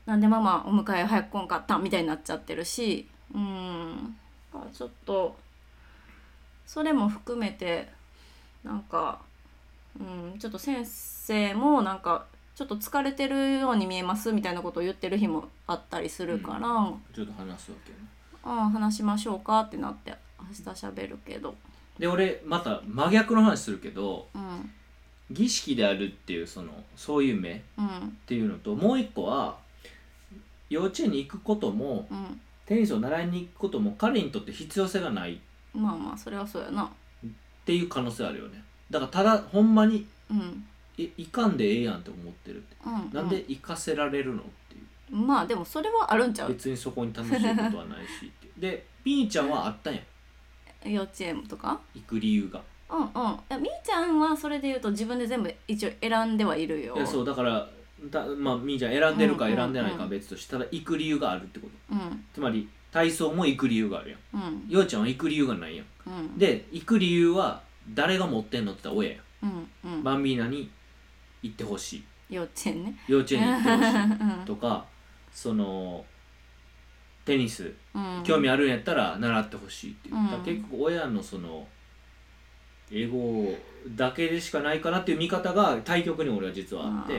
B: なんでママお迎え早く来んかったんみたいになっちゃってるしうんだからちょっとそれも含めてなんか、うん、ちょっと先生もなんかちょっと疲れてるように見えますみたいなことを言ってる日もあったりするから、
A: ちょっと話すわけね
B: ああ話しましょうかってなって明日喋るけど、
A: で俺また真逆の話するけど
B: うん
A: 儀式であるっていうそのそういう目っ
B: うん
A: ていうのともう一個は幼稚園に行くことも
B: うん、
A: テニスを習いに行くことも彼にとって必要性がないっ
B: まあまあそれはそうやな。
A: ていう可能性あるよねだからただほんまに
B: うんうん
A: え行かんでええやんって思ってるって
B: うん、
A: なんで行かせられるのっていう
B: まあでもそれはあるんちゃう
A: 別にそこに楽しいことはないしって いうでピーちゃんはあったんやん
B: 幼稚園とか
A: 行く理由が
B: うんうんいやみーちゃんはそれで言うと自分で全部一応選んではいるよ
A: いやそうだからだまあみーちゃん選んでるか
B: うんうんうん
A: 選んでないかは別としてただ行く理由があるってこと
B: うん
A: つまり体操も行く理由があるやん
B: うん
A: ようちゃんは行く理由がないやん
B: うん
A: で行く理由は誰が持ってんのって言ったら親やん
B: うんうん
A: バンビーナに行ってほしい
B: 幼稚園ね
A: 幼稚園に行ってほしい
B: う
A: とかそのテニス
B: んうん
A: 興味あるんやったら習ってほしいっていう、
B: うん
A: だから結構親のそのエゴだけでしかないかなっていう見方が対局に俺は実はあって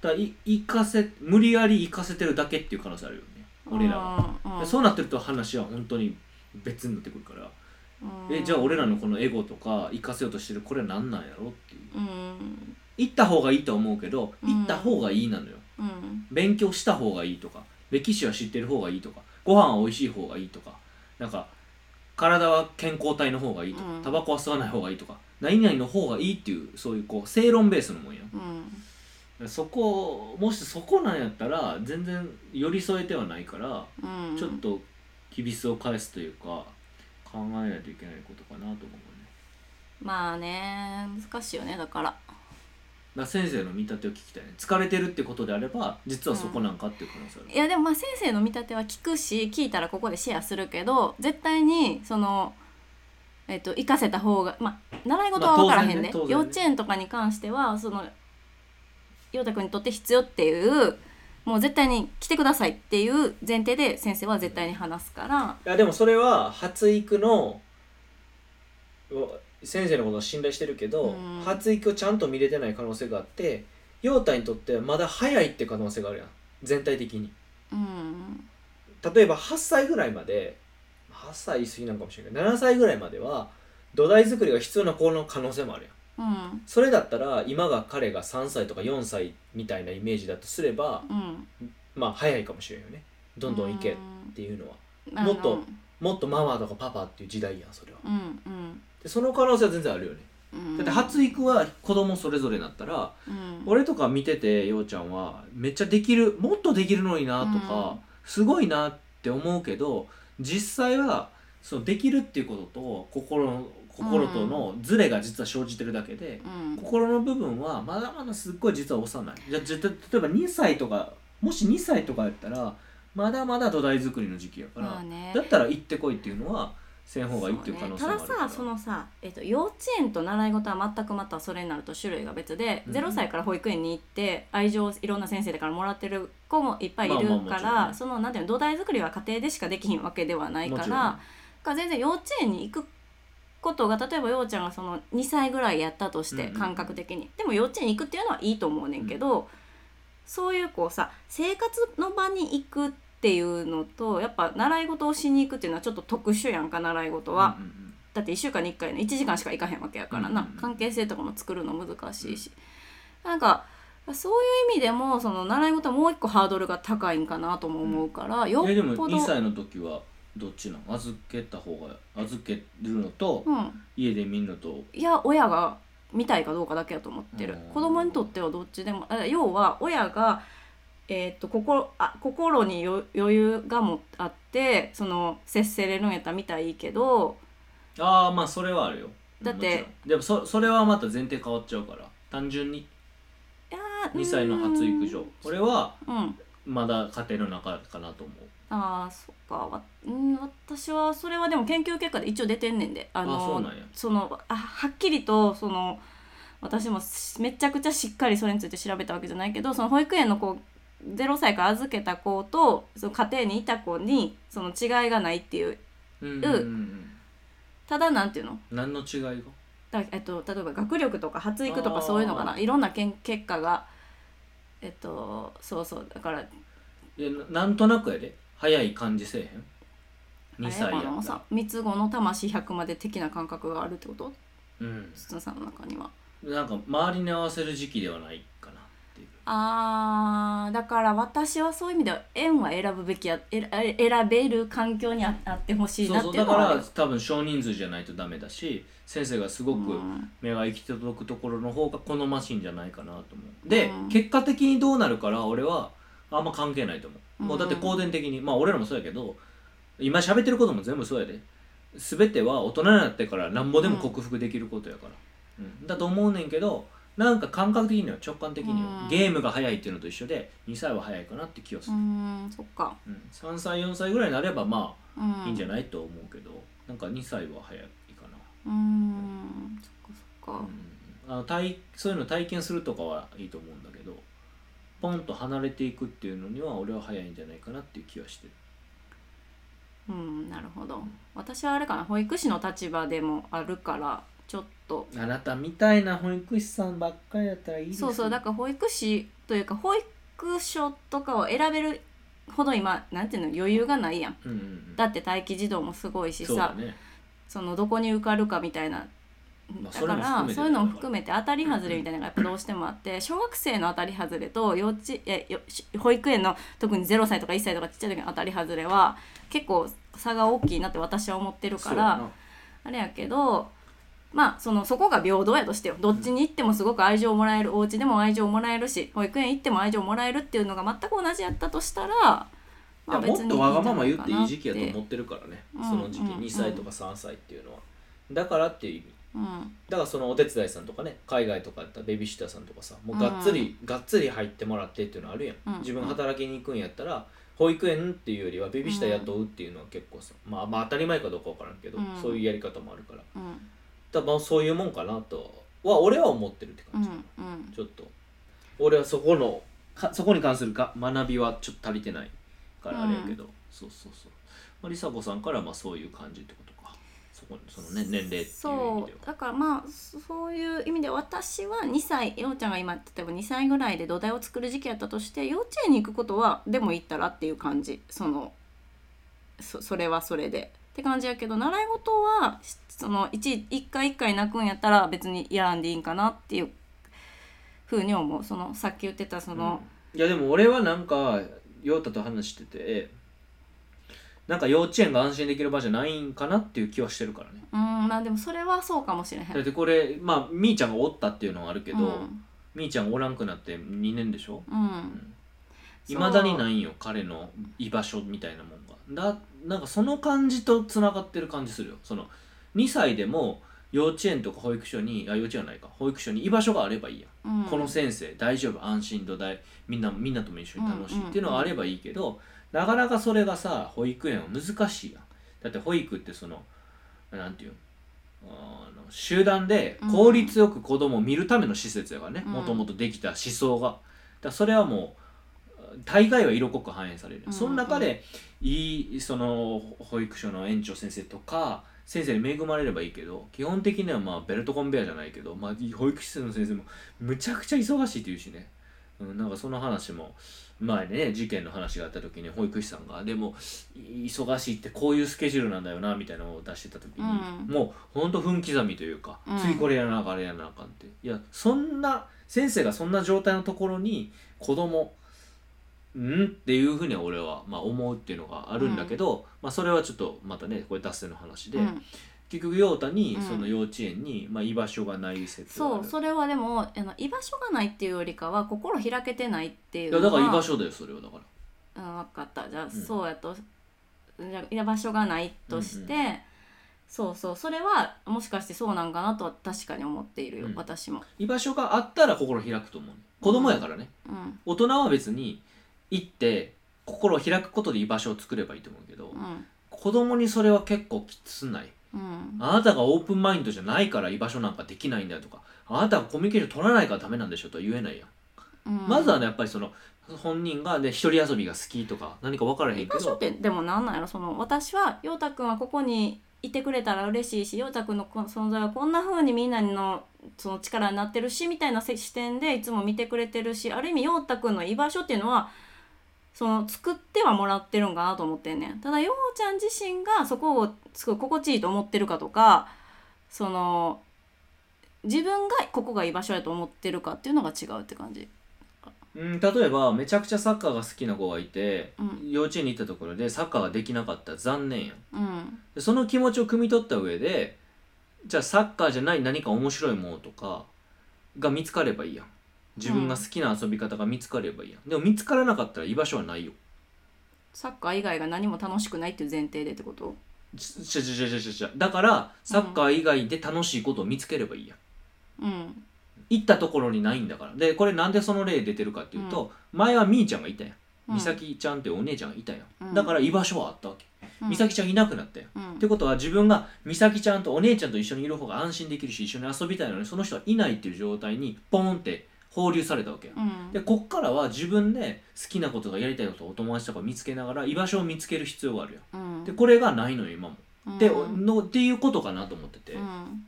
A: だからい生かせ無理やり生かせてるだけっていう可能性あるよね俺らは
B: は
A: そうなってると話は本当に別になってくるからえじゃあ俺らのこのエゴとか生かせようとしてるこれは何なんやろっていう
B: うん
A: 行った方がいいとは思うけど
B: うん
A: 行った方がいいなのよ、
B: うん
A: 勉強した方がいいとか歴史は知ってる方がいいとかご飯は美味しい方がいいとかなんか体は健康体の方がいいとか
B: うん
A: タバコは吸わない方がいいとか何々の方がいいっていうそういうこう正論ベースのもんや
B: うん
A: そこもしそこなんやったら全然寄り添えてはないから
B: うん
A: ちょっと厳しさを返すというか考えないといけないことかなと思うね
B: まあね難しいよねだから
A: だから先生の見立てを聞きたいね疲れてるってことであれば実はそこなんかっていう可能性ある、
B: いやでもまあ先生の見立ては聞くし聞いたらここでシェアするけど絶対にそのえっと活かせた方がまあ習い事は分からへんね,、
A: まあ当然ね当然ね
B: 幼稚園とかに関してはその陽太くんにとって必要っていうもう絶対に来てくださいっていう前提で先生は絶対に話すから
A: いやでもそれは発育のお先生のことを信頼してるけど、
B: うん
A: 発育をちゃんと見れてない可能性があって陽太にとってはまだ早いって可能性があるやん全体的に
B: うん
A: 例えば8歳ぐらいまで8歳言い過ぎなんかもしれないけど7歳ぐらいまでは土台作りが必要な子の可能性もあるやん
B: うん
A: それだったら今が彼が3歳とか4歳みたいなイメージだとすれば
B: うん
A: まあ早いかもしれんよねどんどん行けっていうのは
B: うん
A: もっともっとママとかパパっていう時代やんそれは
B: あのうんうん
A: でその可能性は全然あるよね
B: うん
A: だって発育は子供それぞれなったら、
B: うん
A: 俺とか見ててようちゃんはめっちゃできるもっとできるのになとか、
B: うん
A: すごいなって思うけど実際はそのできるっていうことと心の心とのズレが実は生じてるだけで、
B: うん
A: 心の部分はまだまだすっごい実は幼いじゃあ絶対例えば2歳とかもし2歳とかやったらまだまだ土台作りの時期やから、
B: まあね
A: だったら行ってこいっていうのはせん方がいいっていう可能性もある
B: そう
A: か
B: ね、
A: ら
B: たださそのさ、えっと幼稚園と習い事は全くまたそれになると種類が別で、
A: うん
B: 0歳から保育園に行って愛情をいろんな先生からもらってる子もいっぱいいるから、
A: まあまあもちろんね
B: そのなんていうの土台作りは家庭でしかできひんわけではない
A: も
B: か
A: ち
B: ら
A: ろん
B: だから全然幼稚園に行くことが例えばようちゃんがその2歳ぐらいやったとして、
A: うんうん
B: 感覚的にでも幼稚園行くっていうのはいいと思うねんけど、そういうこうさ生活の場に行くっていうのとやっぱ習い事をしに行くっていうのはちょっと特殊やんか習い事は。
A: うんうんうん
B: だって1週間に1回の1時間しか行かへんわけやからな、
A: うんうんうん
B: 関係性とかも作るの難しいし、なんかそういう意味でもその習い事はもう一個ハードルが高いんかなとも思うから、よ
A: えでも
B: っぽど
A: 2歳の時はどっちなの預けた方が預けるのと、
B: うん、
A: 家で見るのと
B: いや親が見たいかどうかだけやと思ってる、
A: うん
B: 子供にとってはどっちでもあ要は親が、えーっと心あ心によ余裕がもあってその接せれるんやったら見たらいいけど
A: ああまあそれはあるよ
B: だって
A: もちろんでもそそれはまた前提変わっちゃうから単純に
B: いやー
A: 2歳の発育上俺は
B: うん
A: まだ家庭の中かなと思う
B: ああそっかわうん私はそれはでも研究結果で一応出てんねんであの
A: あそうなんや
B: そのあはっきりとその私もしめちゃくちゃしっかりそれについて調べたわけじゃないけどその保育園の子0歳から預けた子とその家庭にいた子にその違いがないっていう
A: うんうん、うん、
B: ただなんていうの
A: 何の違いが
B: だえっと、例えば学力とか発育と
A: あ
B: か
A: ー
B: そういうのかないろんなけん結果がえっとそうそうだから
A: いやななんとなくやで早い感じせえへん2歳や
B: あれ
A: っ
B: かな
A: たら
B: さ三つ子の魂100まで的な感覚があるってこと
A: うん
B: 筒さんの中には
A: なんか周りに合わせる時期ではないかなっていう
B: あーだから私はそういう意味では縁は選ぶべきやえら選べる環境にああってほしい
A: そう
B: な
A: そ
B: っ
A: う
B: て
A: だ
B: いうの
A: か
B: はあ
A: ら
B: る
A: 多分少人数じゃないとダメだし先生がすごく目が行き届くところの方が好ましいんじゃないかなと思うで、
B: うん
A: 結果的にどうなるから俺はあんま関係ないと思う、
B: うん
A: もうだって後天的にまあ俺らもそうやけど今喋ってることも全部そうやで全ては大人になってからなんぼでも克服できることやから、うんだと思うねんけどなんか感覚的には直感的には、
B: うん
A: ゲームが早いっていうのと一緒で2歳は早いかなって気がす
B: う
A: る、
B: んうんそっか、
A: うん3歳4歳ぐらいになればま
B: うん、
A: あいいんじゃ
B: ない
A: ないと思うけどなんか2歳は早いかな
B: うんそっかそっか
A: うんあの体そういうの体験するとかはいいと思うんだけどポンと離れていくっていうのには俺は早いんじゃないかなっていう気はしてる
B: うん、なるほど私はあれかな保育士の立場でもあるからちょっと
A: あなたみたいな保育士さんばっかりだったらいいです
B: そうそうだから保育士というか保育所とかを選べるほど今なんていうの余裕がないやん
A: うんうんうん、
B: だって待機児童もすごいし
A: そうだ
B: さそ,、
A: ね
B: のどこに受かるかみたいな
A: まあ
B: だから
A: それも含めて
B: そういうのも含めて当たり外れみたいなのがやっぱどうしてもあ って小学生の当たり外れと幼稚えよし保育園の特に0歳とか1歳とかちっちゃい時の当たり外れは結構差が大きいなって私は思ってる
A: そ
B: か
A: うや
B: ら
A: な
B: あれやけどまあそのそこが平等やとしてよどっちに行ってもすごく愛情をもらえるお家でも愛情をもらえるし保育園行っても愛情をもらえるっていうのが全く同じやったとしたら、
A: いやもっとわがまま言っていい時期やと
B: う
A: 思ってるからね
B: うん
A: その時期
B: うんうん
A: 2歳とか3歳っていうのはだからっていう意味
B: うん
A: だからそのお手伝いさんとかね海外とかやったらベビーシッターさんとかさもうがっつり、がっつり入ってもらってっていうのあるやん、
B: うん
A: 自分が働きに行くんやったら保育園っていうよりはベビーシッター雇うっていうのは結構さ、まあ、まあ当たり前かどうかわからんけど、
B: うん
A: そういうやり方もあるから
B: うん
A: 多分そういうもんかなとは俺は思ってるって
B: う
A: 感じ、
B: んうん
A: ちょっと俺はそこのかそこに関するか学びはちょっと足りてないからあれやけど、そうそうそう、まあ、りさこさんからはまあそういう感じってことかそこその、ね、年齢っていう意味では
B: そうだからまあそそういう意味で私は2歳ようちゃんが今例えば2歳ぐらいで土台を作る時期やったとして幼稚園に行くことはでも行ったらっていう感じそのそそれはそれでって感じやけど習い事はしその一一回一回泣くんやったら別にやらんでいいんかなっていうふうに思うそのさっき言ってたその、
A: うんいやでも俺はなんか陽太と話しててなんか幼稚園が安心できる場じゃないんかなっていう気はしてるからね
B: うんまあでもそれはそうかもしれへん
A: だってこれまあみーちゃんがおったっていうのはあるけど、
B: うん
A: みーちゃんがおらんくなって2年でしょ
B: う
A: いま
B: ん、、
A: 未だにないんよ彼の居場所みたいなもんがだなんかその感じとつながってる感じするよその2歳でも幼稚園とか保育所にあ幼稚園はないか保育所に居場所があればいいやん
B: うん、
A: この先生大丈夫安心土台みんなみんなとも一緒に楽しいっていうのはあればいいけど、なかなかそれがさ保育園は難しいやんだって保育ってそのなんていうのあの集団で効率よく子供を見るための施設やからね
B: うん
A: もともとできた思想がだからそれはもう大概は色濃く反映される、
B: うん
A: その中でいいその保育所の園長先生とか先生に恵まれればいいけど基本的にはまあベルトコンベヤじゃないけど、まあ、保育室の先生もむちゃくちゃ忙しいって言うしね、うん、なんかその話も前ね事件の話があった時に保育士さんがでもい忙しいってこういうスケジュールなんだよなみたいなのを出してた時に、
B: うん
A: もうほんと分刻みというか、
B: うん
A: 次これやらなあかんあれやらなあかんっていやそんな先生がそんな状態のところに子供んっていうふうには俺は、まあ、思うっていうのがあるんだけど、まあ、それはちょっとまたねこれ脱線の話で、
B: うん
A: 結局陽太に
B: うん
A: その幼稚園に、まあ、居場所がない説があ
B: そ
A: る
B: うそれはでもあの居場所がないっていうよりかは心開けてないっていう
A: いやだから居場
B: 所
A: 所だよそれはだから
B: うん、分かったじゃあ、
A: ん
B: そうやとじゃあ居場所がないとして、
A: うん
B: そうそうそれはもしかしてそうなんかなとは確かに思っているよ、
A: うん
B: 私も、
A: 居場所があったら心開くと思う子供やからね、
B: うん
A: 大人は別に行って心を開くことで居場所を作ればいいと思うけど、
B: うん
A: 子供にそれは結構きつない
B: うん、
A: あなたがオープンマインドじゃないから居場所なんかできないんだよとかあなたがコミュニケーション取らないからダメなんでしょとは言えないやん、
B: うん
A: まずはねやっぱりその本人がね一人遊びが好きとか何か分からへんけ
B: 居場所っ
A: ど
B: てでもなんなんやろその私は陽太くんはここにいてくれたら嬉しいし陽太くんのこ存在はこんな風にみんなのその力になってるしみたいなせ視点でいつも見てくれてるしある意味陽太くんの居場所っていうのはその作ってはもらってるんかなと思ってんねんただ陽ちゃん自身がそこをすごい心地いいと思ってるかとかその自分がここが居場所やと思ってるかっていうのが違うって感じ。
A: うん例えばめちゃくちゃサッカーが好きな子がいて、
B: うん
A: 幼稚園に行ったところでサッカーができなかったら残念やん
B: うん
A: でその気持ちを汲み取った上でじゃあサッカーじゃない何か面白いものとかが見つかればいいやん自分が好きな遊び方が見つかればいいやん、でも見つからなかったら居場所はないよ
B: サッカー以外が何も楽しくないっていう前提でってこと
A: ちちゃちゃちゃちゃちゃちゃだからサッカー以外で楽しいことを見つければいいやん
B: うん
A: 行ったところにないんだからでこれなんでその例出てるかっていうと、前はみーちゃんがいたやん
B: うん
A: 美咲ちゃんっていうお姉ちゃんがいたやん、
B: うん
A: だから居場所はあったわけ、
B: うん
A: 美咲ちゃんいなくなったやん
B: うん
A: ってことは自分が美咲ちゃんとお姉ちゃんと一緒にいる方が安心できるし一緒に遊びたいのにその人はいないっていう状態にポンって放流されたわけよ
B: うん
A: でこっからは自分で好きなことがやりたいことをお友達とか見つけながら居場所を見つける必要があるよ
B: うん
A: でこれがないのよ今も
B: うん
A: でのっていうことかなと思ってて
B: うん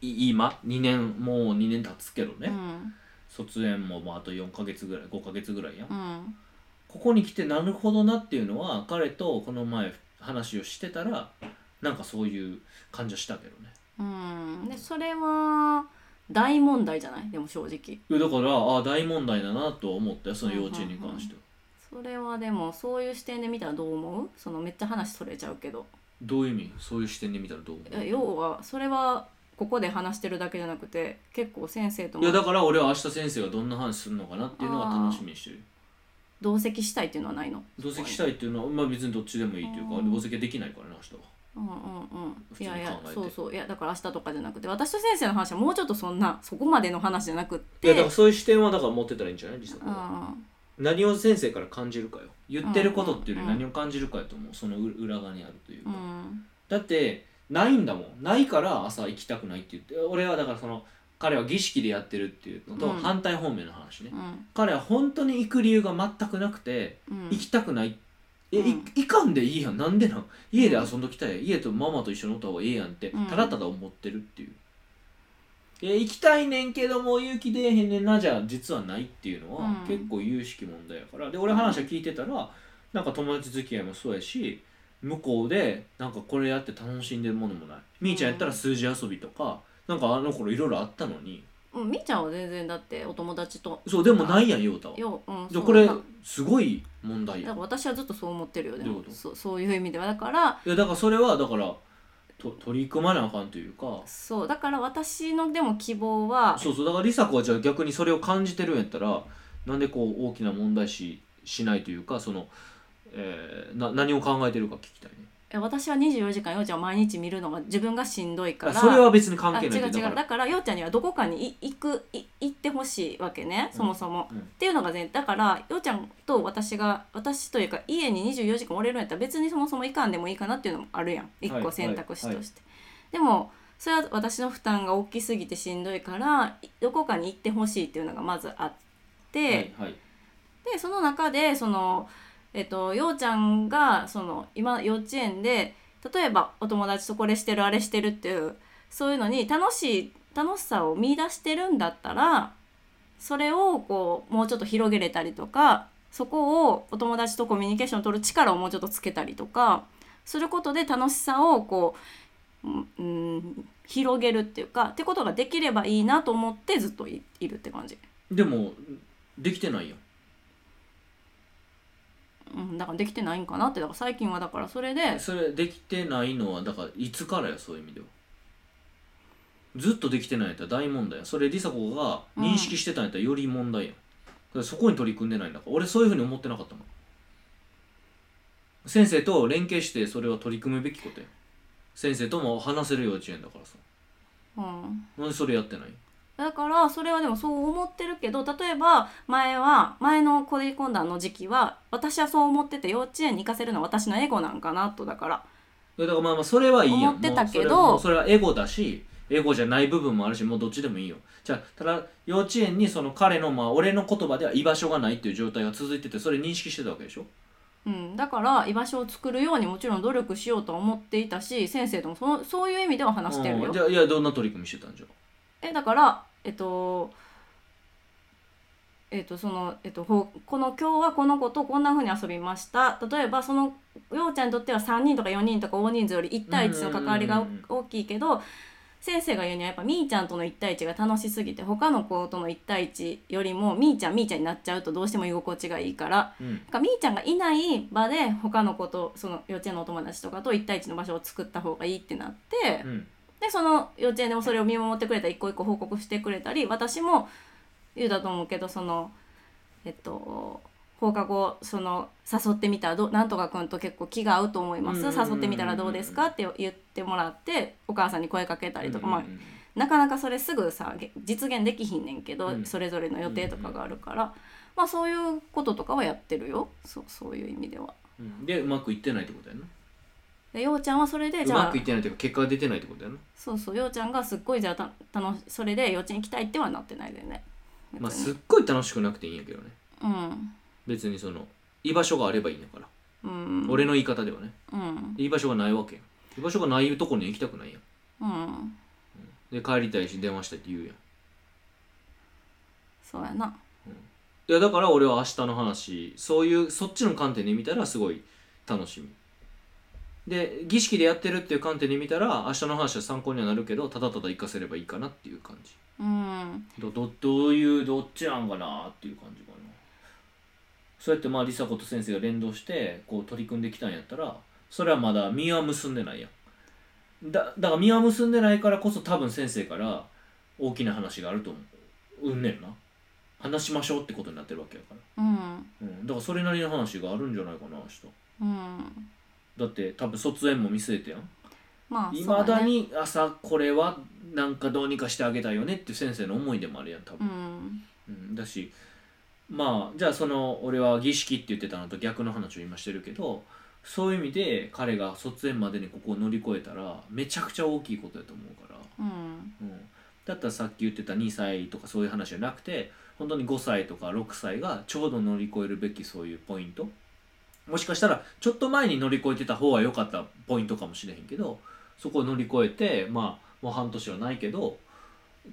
A: い今2年もう2年経つけどね、
B: うん
A: 卒園ももうあと4ヶ月ぐらい5ヶ月ぐらいやん、
B: うん
A: ここに来てなるほどなっていうのは彼とこの前話をしてたらなんかそういう感じはしたけどね
B: うんでそれは大問題じゃないでも正直
A: いやだからああ大問題だなとは思ったよその幼稚園に関しては、
B: それはでもそういう視点で見たらどう思うそのめっちゃ話それちゃうけど
A: どういう意味そういう視点で見たらどう
B: いや
A: 思
B: 要はそれはここで話してるだけじゃなくて結構先生と
A: うい
B: も
A: やだから俺は明日先生がどんな話するのかなっていうのは楽しみにしてる
B: 同席したいっていうのはないの
A: 同席したいっていうのは、まあ、別にどっちでもいいっていうか
B: うん
A: 同席できないからね明日は
B: うんうんうん
A: 普通
B: い
A: に考
B: や
A: えて
B: いやそうそういやだから明日とかじゃなくて私と先生の話はもうちょっとそんなそこまでの話じゃなくっ
A: いやだか
B: て
A: らそういう視点はだから持ってたらいいんじゃないリサ
B: う
A: 子は
B: ん
A: 何を先生から感じるかよ言ってることっていうより
B: うんうん
A: 何を感じるかやと思うその裏側にあるという
B: う
A: か、
B: ん
A: だってないんだもんないから朝行きたくないって言って俺はだからその彼は儀式でやってるっていうのと
B: うん
A: 反対方面の話ね、
B: うん
A: 彼は本当に行く理由が全くなくて、
B: うん
A: 行きたくないえ、
B: うん
A: い行かんでいいやんなんでなん家で遊んどきたい家とママと一緒におった方がええやんって
B: うん
A: ただただ思ってるっていう、え行きたいねんけども勇気出えへんねんなじゃ実はないっていうのは
B: うん
A: 結構有識問題やからで俺話は聞いてたらなんか友達付き合いもそうやし向こうでなんかこれやって楽しんでるものもないみーちゃんやったら数字遊びとかなんかあの頃いろいろあったのに
B: うんみーちゃんは全然だってお友達と
A: そうでもないやん陽太は
B: よう、うん、
A: じゃ
B: そう
A: これ
B: だか
A: すごい問題やん
B: ら私はずっとそう思ってるよで
A: どうい
B: も
A: うこと
B: そうそういう意味ではだから
A: いやだからそれはだからと取り組まなあかんというか
B: そうだから私のでも希望は
A: そうそうだから梨紗子はじゃあ逆にそれを感じてるんやったらなんでこう大きな問題視しないというかその、えーな何を考えてるか聞きたいね
B: え私は24時間ようちゃんを毎日見るのが自分がしんどいから
A: あそれは別に関
B: あ違
A: 係
B: う
A: ない
B: 違
A: けどだ
B: う
A: から
B: だからようちゃんにはどこかにい行くい行ってほしいわけねそもそも、
A: うんうん
B: っていうのがねだからようちゃんと私が私というか家に24時間おれるんやったら別にそもそも行かんでもいいかなっていうのもあるやん一
A: は
B: 個
A: い
B: 選択肢
A: はい
B: として、でもそれは私の負担が大きすぎてしんどいからいどこかに行ってほしいっていうのがまずあって、
A: はいはい
B: でその中でそのえっとようちゃんがその今幼稚園で例えばお友達とこれしてるあれしてるっていうそういうのに楽しい楽しさを見出してるんだったらそれをこうもうちょっと広げれたりとかそこをお友達とコミュニケーションを取る力をもうちょっとつけたりとかすることで楽しさをこう、うんうん、広げるっていうかってことができればいいなと思ってずっといいるって感じ。
A: でもできてないやん
B: うん、だからできてないんかなってだから最近はだからそれで
A: それできてないのはだからいつからやそういう意味ではずっとできてないやったら大問題やそれ梨紗子が認識してたんやったらより問題やん、だからそこに取り組んでないんだから俺そういうふうに思ってなかったもん先生と連携してそれは取り組むべきことや先生とも話せる幼稚園だからさ
B: うん、
A: なんでそれやってない
B: だからそれはでもそう思ってるけど例えば前は前のコディコンダの時期は私はそう思ってて幼稚園に行かせるのは私のエゴなんかなとだから
A: だからまあまあそれはいいやん
B: 思ってたけど
A: もうそれはもうそれはエゴだしエゴじゃない部分もあるしもうどっちでもいいよじゃあただ幼稚園にその彼のまあ俺の言葉では居場所がないっていう状態が続いててそれ認識してたわけでしょ
B: うん、だから居場所を作るようにもちろん努力しようとは思っていたし先生ともそのそういう意味では話してる
A: う
B: よ
A: んじゃあいやどんな取り組みしてたんじゃ
B: えだからえっとえっとそのえっとほこの今日はこの子とこんな風に遊びました例えばそのようちゃんにとっては3人とか4人とか大人数より1対1の関わり
A: う
B: が
A: んうんうん
B: 大きいけど先生が言うにはやっぱみーちゃんとの1対1が楽しすぎて他の子との1対1よりもみーちゃんみーちゃんになっちゃうとどうしても居心地がいいから
A: うん
B: なんかみーちゃんがいない場で他の子とその幼稚園のお友達とかと1対1の場所を作った方がいいってなって。
A: うん
B: でその幼稚園でもそれを見守ってくれたり一個一個報告してくれたり私も言うだと思うけどそのえっと放課後その誘ってみたらどうなんとか君と結構気が合うと思いま
A: う
B: す
A: んうんうんうん
B: 誘ってみたらどうですかって言ってもらってお母さんに声かけたりとか、まあ
A: うんうんうん
B: なかなかそれすぐさげ実現できひんねんけど、
A: うん
B: それぞれの予定とかがあるから、まあそういうこととかはやってるよそうそういう意味では。
A: うんでうまくいってないってことやな
B: でようちゃんはそれで
A: う
B: じゃあ
A: まくいってないっていうか結果が出てないってことやな
B: そうそうようちゃんがすっごいじゃあた楽しそれで幼稚園行きたいってはなってないでね
A: まあ
B: 別
A: す
B: に
A: っごい楽しくなくていいんやけどね
B: うん
A: 別にその居場所があればいいんやから、
B: うん
A: 俺の言い方ではね
B: うん
A: 居場所がないわけやん居場所がないとこに行きたくないやん
B: うん
A: で帰りたいし電話したいって言うやん
B: そうやない
A: やだから俺は明日の話そういうそっちの観点で見たらすごい楽しみで儀式でやってるっていう観点で見たら明日の話は参考にはなるけどただただ活かせればいいかなっていう感じ
B: うん
A: どどどういうどっちなんかなっていう感じかなそうやってまあ梨紗子と先生が連動してこう取り組んできたんやったらそれはまだ実は結んでないやんだだから実は結んでないからこそ多分先生から大きな話があると思ううんねんな話しましょうってことになってるわけやから
B: うん
A: うん、だからそれなりの話があるんじゃないかな明日
B: うん
A: だって多分卒園も見据えてやん
B: まあ
A: い
B: そう
A: まだ
B: ね
A: に朝これはなんかどうにかしてあげたいよねっていう先生の思いでもあるやん多
B: う
A: 分、
B: ん
A: うん、だしまあじゃあその俺は儀式って言ってたのと逆の話を今してるけどそういう意味で彼が卒園までにここを乗り越えたらめちゃくちゃ大きいことやと思うから、
B: うん
A: うん、だったらさっき言ってた2歳とかそういう話じゃなくて本当に5歳とか6歳がちょうど乗り越えるべきそういうポイントもしかしたらちょっと前に乗り越えてた方は良かったポイントかもしれへんけどそこを乗り越えてまあもう半年はないけど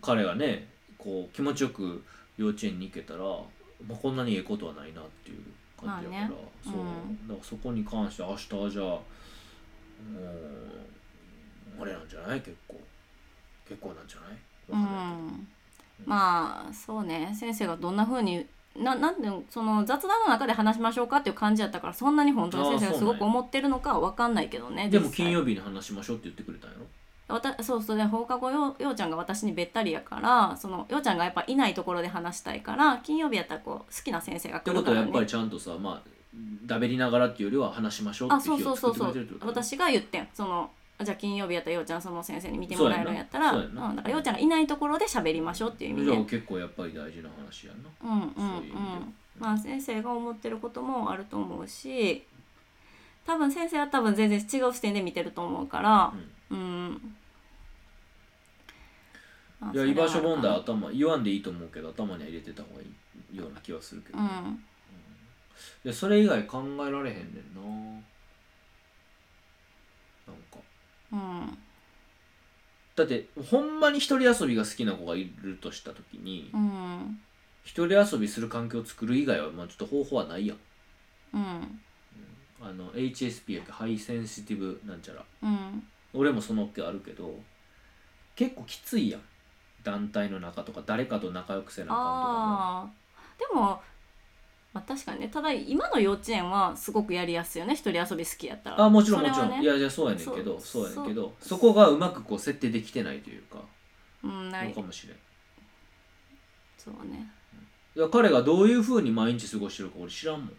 A: 彼がねこう気持ちよく幼稚園に行けたら、まあ、こんなにええことはないなっていう感じやから、
B: ま
A: そう
B: うん
A: だからそこに関して明日はじゃあもうあれなんじゃない結構結構なんじゃないわかんないけど
B: まあそうね先生がどんな風にななんていうのその雑談の中で話しましょうかっていう感じやったからそんなに本当に先生がすごく思ってるのかは分かんないけどね
A: でも
B: 実際
A: 金曜日に話しましょうって言ってくれたんやろ
B: わたそうそうで放課後よようちゃんが私にべったりやからそのようちゃんがやっぱいないところで話したいから金曜日やったらこう好きな先生が
A: っ
B: 来
A: てこ
B: る
A: と
B: か
A: は
B: ら、
A: や
B: ね、
A: っぱりちゃんとさまあだべりながらっていうよりは話しましょう
B: あ
A: ってい
B: そうう
A: 日
B: そう
A: を
B: そ
A: 作って
B: うそ
A: くれてる
B: う
A: ってことね
B: 私が言ってんそのじゃあ金曜日やったらようちゃんその先生に見てもらえるんやったら
A: そううやんなそうやんなん
B: だからようちゃんがいないところで喋りましょうっていう意味
A: じ
B: で
A: ゃあ結構やっぱり大事な話やんな
B: うんうんうん
A: そういう意味では
B: まあ先生が思ってることもあると思うし多分先生は多分全然違う視点で見てると思うから
A: うん
B: うん、まあ
A: いや
B: それ
A: 居
B: は
A: 場所問題
B: ある
A: 頭言わんでいいと思うけど頭には入れてた方がいいような気はするけど、
B: かなうん
A: いやそれ以外考えられへんねんななんか
B: うん
A: だってほんまに一人遊びが好きな子がいるとした時に
B: うん
A: 一人遊びする環境を作る以外はまあちょっと方法はないやん
B: うん
A: あの HSP やっけハイセンシティブなんちゃら
B: うん
A: 俺もそのっけあるけど結構きついやん団体の中とか誰かと仲良くせなあかん
B: あーでも、まあ、確かにねただ今の幼稚園はすごくやりやすいよね一人遊び好きやっ
A: と
B: たら
A: かあもちろん
B: それ
A: もちろ
B: は
A: ん、
B: ね
A: いやいやそうやねんけどそ
B: そうう
A: やねんけどそこがうまくこう設定できてないというか
B: うんな
A: の
B: い
A: かもしれん
B: そうね
A: いや彼がどういうふうに毎日過ごしてるか俺知らんもん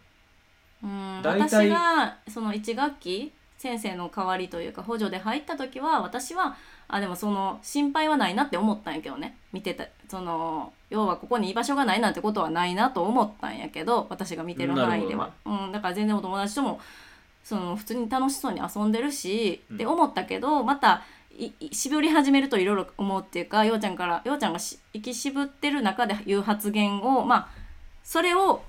B: うん
A: 大
B: 私
A: 体
B: がその1学期先生の代わりというか補助で入った時は私はあでもその心配はないなって思ったんやけどね見てたその要はここに居場所がないなんてことはないなと思ったんやけど私が見てる範囲では、うん、だから全然お友達ともその普通に楽しそうに遊んでるし、
A: うん
B: って思ったけどまたいい渋り始めるといろいろ思うっていうかようちゃんからようちゃんがし生き渋ってる中で言う発言をまあそれを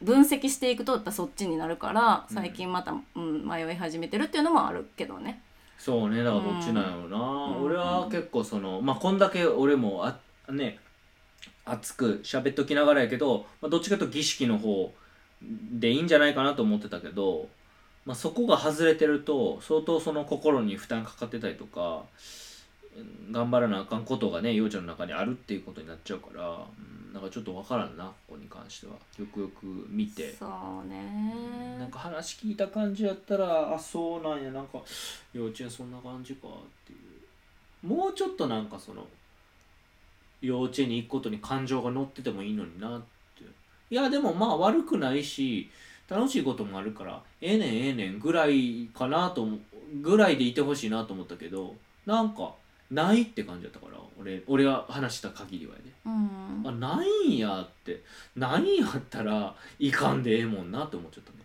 B: 分析していくとやっぱそっちになるから
A: うん
B: 最近また、うん、迷い始めてるっていうのもあるけどね。
A: そうねだからどっちなんやろうな、
B: うん
A: 俺は結構そのまあこんだけ俺もあね熱く喋っときながらやけど、まあ、どっちかというと儀式の方でいいんじゃないかなと思ってたけど、まあ、そこが外れてると相当その心に負担かかってたりとかうん頑張らなあかんことがね幼女の中にあるっていうことになっちゃうから、うん、なんかちょっと分からんなここに関してはよくよく見て
B: そう
A: なん
B: ね
A: か話聞いた感じやったらあそうなんやなんか幼稚園そんな感じかっていうもうちょっとなんかその幼稚園に行くことに感情が乗っててもいいのになっていやでもまあ悪くないし楽しいこともあるからええねんええねんぐらいかなと思うぐらいでいてほしいなと思ったけどなんかないって感じだったから俺俺が話した限りはやで、
B: うん
A: あないんやってないんやったらいかんでええもんなって思っちゃったね、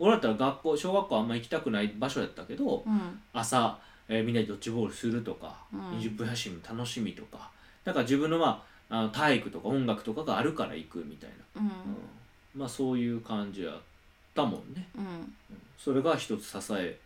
A: うん、俺だったら学校小学校あんま行きたくない場所やったけど
B: うん
A: 朝、えーみんなでドッジボールするとか、
B: うん
A: 20分走りの楽しみとかだから自分の,、まあ、あの体育とか音楽とかがあるから行くみたいな、
B: うん
A: うんまあそういう感じやったもんね、
B: うん
A: うんそれが一つ支え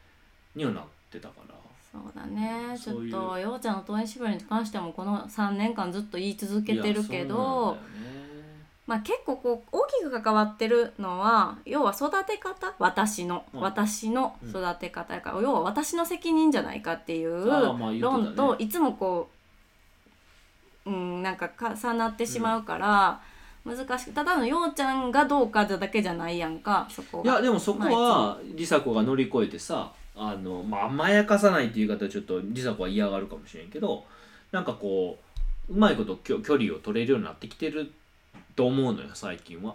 A: にはなってたから
B: そうだねち
A: そう
B: ょ
A: い
B: っ
A: う
B: とようちゃんの登園しぶりに関してもこの3年間ずっと言い続けてるけ
A: いやそうな
B: ど、
A: んだよね
B: まあ、結構こう大きく関わってるのは要は育て方私の、
A: うん
B: 私の
A: うん
B: 育て方やから、要は私の責任じゃないかっていう
A: あーまあ言ってたね
B: 論といつもこう、うん、なんか重なってしまうから、難しくただのようちゃんがどうかだけじゃないやんかそこ
A: い
B: が。
A: やでもそこは梨紗子が乗り越えてさあの、まあ、甘やかさないっていう言い方はちょっと梨紗子は嫌がるかもしれんけどなんかこううまいこときょ距離を取れるようになってきてると思うのよ最近は、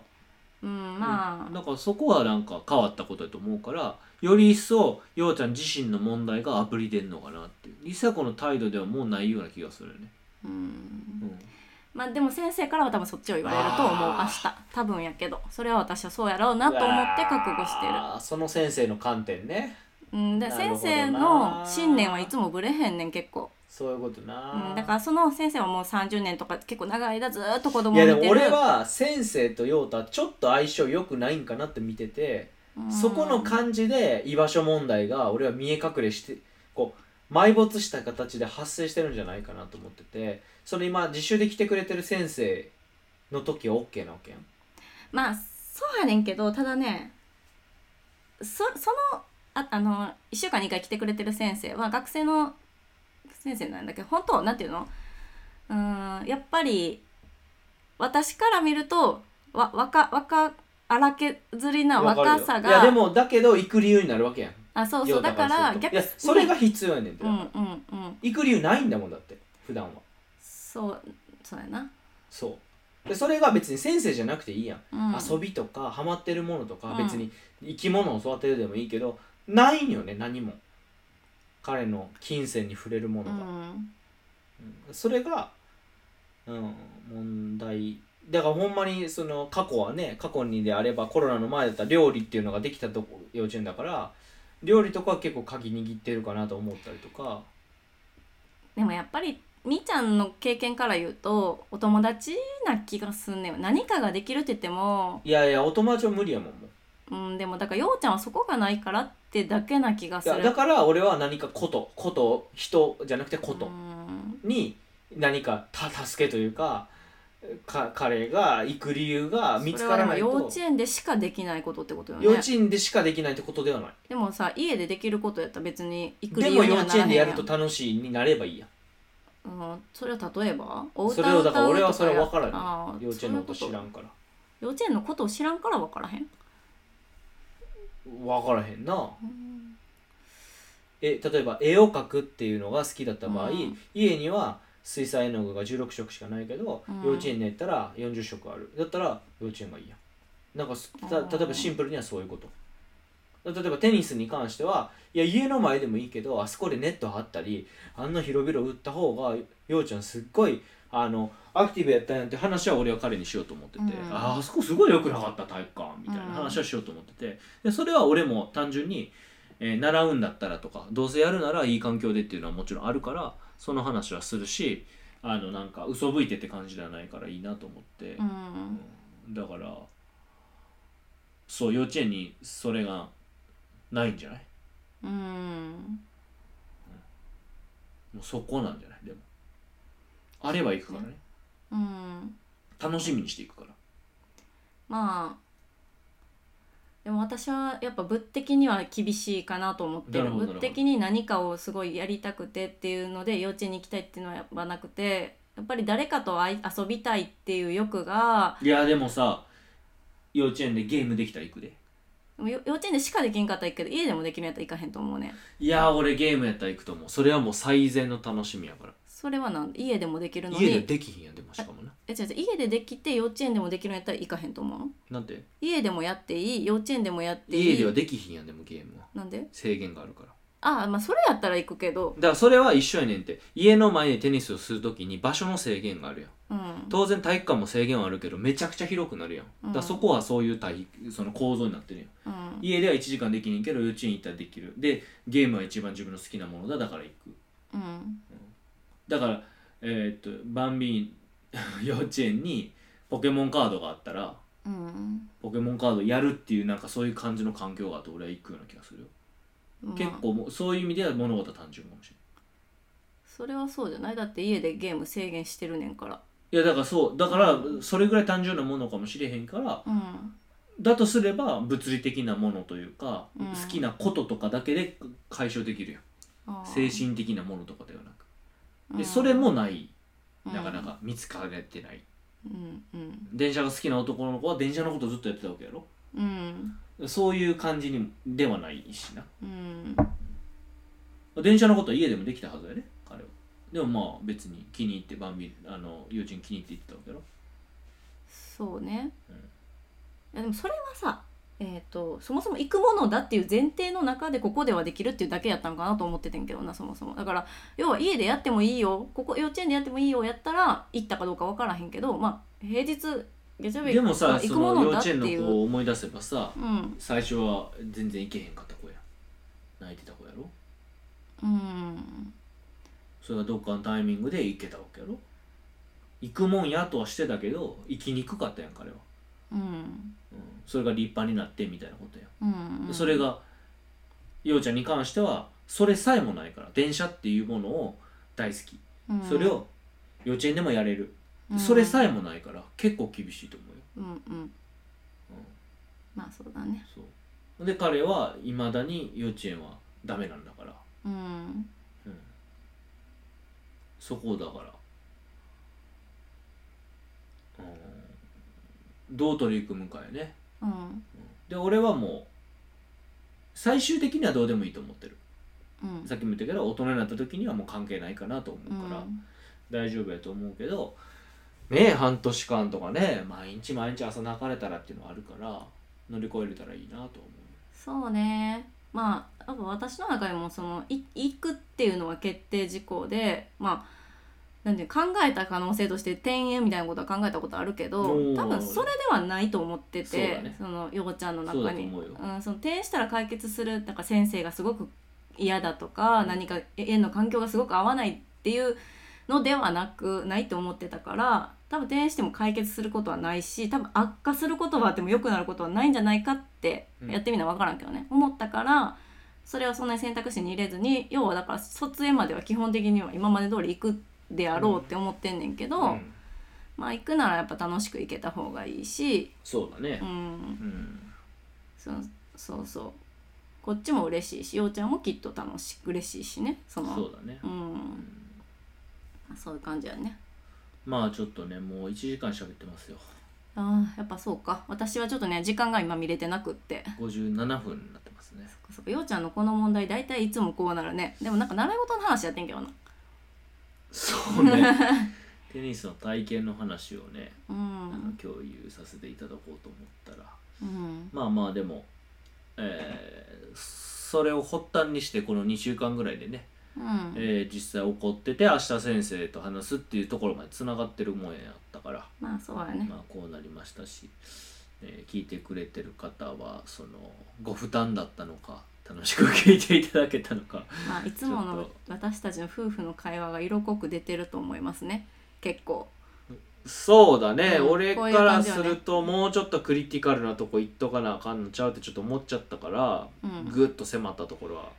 B: うんま
A: うん
B: あ
A: だからそこはなんか変わったことだと思うからより一層ようちゃん自身の問題があぶり出んのかなっていう梨紗子の態度ではもうないような気がするよね、
B: うん
A: うん、
B: まあでも先生からは多分そっちを言われると思う明
A: あ
B: 日多分やけどそれは私はそうやろうなと思って覚悟してる
A: あーその先生の観点ね
B: うん、で
A: なるほど
B: 先生の
A: な
B: 信念はいつもぶれへんねん結構、
A: そういうことな
B: うん、だからその先生はもう30年とか結構長い間ずーっと子供を
A: い
B: 見
A: や
B: てる
A: でも俺は先生と陽太はちょっと相性良くないんかなって見てて、
B: うん
A: そこの感じで居場所問題が俺は見え隠れしてこう埋没した形で発生してるんじゃないかなと思っててその今自習で来てくれてる先生の時は OK なわけやん
B: まあそうやねんけどただねそそのああの1週間に1回来てくれてる先生は学生の先生なんだけど本当なんていうのうーんやっぱり私から見るとわ若若荒削りな
A: わかるよ
B: 若さ
A: いやで
B: が
A: もだけど行く理由になるわけやん
B: あそうそ
A: 陽
B: うだ
A: 太
B: から
A: すると
B: 逆
A: いやそれが必要やねんて、
B: うんうんうん
A: 行く理由ないんだもんだって普段は
B: そうそうやな、
A: そうでそれが別に先生じゃなくていいやん
B: うん、
A: 遊びとかハマってるものとか
B: うん
A: 別に生き物を育てるでもいいけど、ないんよね何も彼の金銭に触れるもの
B: う
A: が、
B: ん
A: うんそれが、うん、問題だからほんまにその過去はね過去にであればコロナの前だったら料理っていうのができたとこ幼稚園だから料理とかは結構鍵握ってるかなと思ったりとか
B: でもやっぱりみーちゃんの経験から言うとお友達な気がすんねん何かができるって言っても、
A: いやいやお友達は無理やもんもう
B: うん、でもだからようちゃんはそこがないからってだけな気が
A: い
B: す
A: や
B: る
A: だから俺は何かことこと人じゃなくてこと、
B: うん
A: に何かた助けというかか彼が行く理由が見つからない
B: それはでも幼
A: と
B: 稚園でしかできないことってことよね
A: 幼稚園でしかできないってことではない
B: でもさ家でできることやったら別に行く
A: で
B: 理
A: も
B: 由
A: 幼
B: にはな
A: 稚
B: らへ
A: 園
B: ん
A: で
B: や
A: や
B: ん
A: ると楽しいになればいいやん
B: うん、それは例えばお
A: そ
B: 歌
A: れをだから俺は
B: 歌
A: そうれ
B: とや
A: は分から
B: あ
A: な
B: ー
A: い幼稚園のこと
B: そうい
A: 知
B: う
A: らんから
B: 幼稚園のことを知らんから分からへん、
A: 分からへんな
B: うん
A: え例えば絵を描くっていうのが好きだった場合、
B: うん
A: 家には水彩絵の具が16色しかないけど、
B: うん
A: 幼稚園に行ったら40色あるだったら幼稚園がいいやんなんかすた
B: うん
A: 例えばシンプルにはそういうこと例えばテニスに関してはいや家の前でもいいけどあそこでネット張ったりあんな広々打った方がようちゃんすっごいあのアクティブやったんやんって話は俺は彼にしようと思ってて、
B: うん
A: あーあそこすごい良くなかった体育館みたいな話はしようと思っててでそれは俺も単純にえー習うんだったらとかどうせやるならいい環境でっていうのはもちろんあるからその話はするしあのなんか嘘吹いてって感じではないからいいなと思って
B: う、ん
A: うんだからそう幼稚園にそれがないんじゃない
B: うん
A: もうそこなんじゃないでもあれば行くからね
B: うん
A: 楽しみにしていくから
B: まあでも私はやっぱ物的には厳しいかなと思って
A: な
B: る
A: るほど
B: 物的に何かをすごいやりたくてっていうので幼稚園に行きたいっていうのはやっぱなくてやっぱり誰かとあい遊びたいっていう欲が
A: いやでもさ幼稚園でゲームできたら行くで
B: でもよ幼稚園でしかできんかったらいいけど家でもできるんやったら行かへんと思うね
A: いや俺ゲームやったら行くと思うそれはもう最善の楽しみやから
B: それはなん家でもできるの
A: 家で
B: に
A: できひんやんでもしかもな
B: え違う違う家でできて幼稚園でもできるんやったら行かへんと思う
A: なんで
B: 家でもやっていい幼稚園でもやっていい
A: 家ではできひんやんでもゲームは
B: なんで
A: 制限があるから
B: ああまあそれやったら行くけど
A: だからそれは一緒やねんって家の前でテニスをするときに場所の制限があるやん
B: うん
A: 当然体育館も制限はあるけどめちゃくちゃ広くなるやんだからそこはそういう体その構造になってるやん
B: うん
A: 家では1時間できねんけど幼稚園行ったらできるでゲームは一番自分の好きなものだだから行く
B: うん
A: だからえーっとバンビー 幼稚園にポケモンカードがあったら
B: うん
A: ポケモンカードやるっていうなんかそういう感じの環境があって俺は行くような気がするよ
B: まあ
A: 結構もうそういう意味では物事は単純かもしれ
B: それはそうじゃないだって家でゲーム制限してるねんから
A: ないいやだからそうだからそれぐらい単純なものかもしれへんから
B: うん
A: だとすれば物理的なものというか、
B: うん
A: 好きなこととかだけで解消できるやん
B: あ
A: 精
B: ー
A: 神的なものとかではなく
B: うん
A: でそれもないなかなか見つかれてない
B: うんうん
A: 電車が好きな男の子は電車のことずっとやってたわけやろ
B: うん
A: そういう感じにではないしな
B: うん
A: 電車のことは家でもできたはずやね彼はでもまあ別に気に入ってバンビあの幼稚園気に入って行ってたわけやろ
B: そうね、
A: うん
B: いやでもそれはさえー、とそもそも行くものだっていう前提の中でここではできるっていうだけやったのかなと思っててんけどなそもそもだから要は家でやってもいいよここ幼稚園でやってもいいよやったら行ったかどうか分からへんけどまあ平日月曜日
A: でもさ
B: 行
A: そ
B: くも
A: の幼
B: のだっ
A: 稚
B: て
A: 園の
B: い
A: 子
B: う
A: を思い出せばさ
B: うん
A: 最初は全然行けへんかった子や泣いてた子やろ
B: うん
A: それがどっかのタイミングで行けたわけやろ行くもんやとはしてたけど行きにくかったやん彼は、
B: うん
A: うん、それが立派になってみたいなことやん
B: うんうん
A: それがようちゃんに関してはそれさえもないから電車っていうものを大好き
B: うん
A: それを幼稚園でもやれる、
B: うん
A: それさえもないから結構厳しいと思うよ、
B: うんうん
A: う
B: まあそうだね
A: ん、そうで彼はいまだに幼稚園はダメなんだから、
B: うん
A: うん、そこだから、うん、どう取り組むかやね
B: うん
A: で俺はもう最終的にはどうでもいいと思ってる
B: うん
A: さっきも言ったけど大人になった時にはもう関係ないかなと思うから、大丈夫やと思うけどねえ半年間とかね毎日毎日朝泣かれたらっていうのはあるから乗り越えれたらいいなと思う
B: そうねまあ多分私の中でもそのい行くっていうのは決定事項でまあなんていう考えた可能性として転園みたいなことは考えたことあるけど
A: おー
B: 多分それではないと思ってて
A: そうだね
B: そのようちゃんの
A: そう
B: 中
A: だと
B: に
A: 思うよ
B: ん、その転園したら解決するなんか先生がすごく嫌だとか、
A: うん
B: 何か園の環境がすごく合わないっていうのではなくないと思ってたから多分転園しても解決することはないし多分悪化することはあっても良くなることはないんじゃないかって
A: うん
B: やってみな分からんけどね、思ったからそれはそんなに選択肢に入れずに要はだから卒園までは基本的には今まで通り行くであろうって思ってんねんけど、
A: ん
B: まあ行くならやっぱ楽しく行けた方がいいし、
A: そうだね
B: うん、
A: うん、
B: そうそうそうこっちも嬉しいしようちゃんもきっと楽しく嬉しいしねその
A: そうだね、
B: う
A: うんん
B: そういう感じやね
A: まあちょっとねもう1時間喋ってますよ
B: あーやっぱそうか私はちょっとね時間が今見れてなくって
A: 57分になってますね
B: そっかようちゃんのこの問題大体いつもこうなるねでもなんか習い事の話やってんけどな
A: そうね テニスの体験の話をね、あ
B: う
A: の
B: ん
A: 共有させていただこうと思ったら
B: うん
A: まあまあでも、えーそれを発端にしてこの2週間ぐらいでね、
B: うん
A: えー実際起こってて明日先生と話すっていうところまでつながってるもんやったから、
B: まあそうやね
A: まあこうなりましたし、えー聞いてくれてる方はそのご負担だったのか楽しく聞いていただけたのか
B: まあいつも
A: ちょっ
B: の
A: と
B: 私たちの夫婦の会話が色濃く出てると思いますね結構
A: そうだね、
B: うん
A: 俺
B: こう
A: か
B: いう感
A: ら
B: じよ
A: す
B: ね
A: るともうちょっとクリティカルなとこ行っとかなあかんのちゃうってちょっと思っちゃったから、
B: うん
A: ぐっと迫ったところは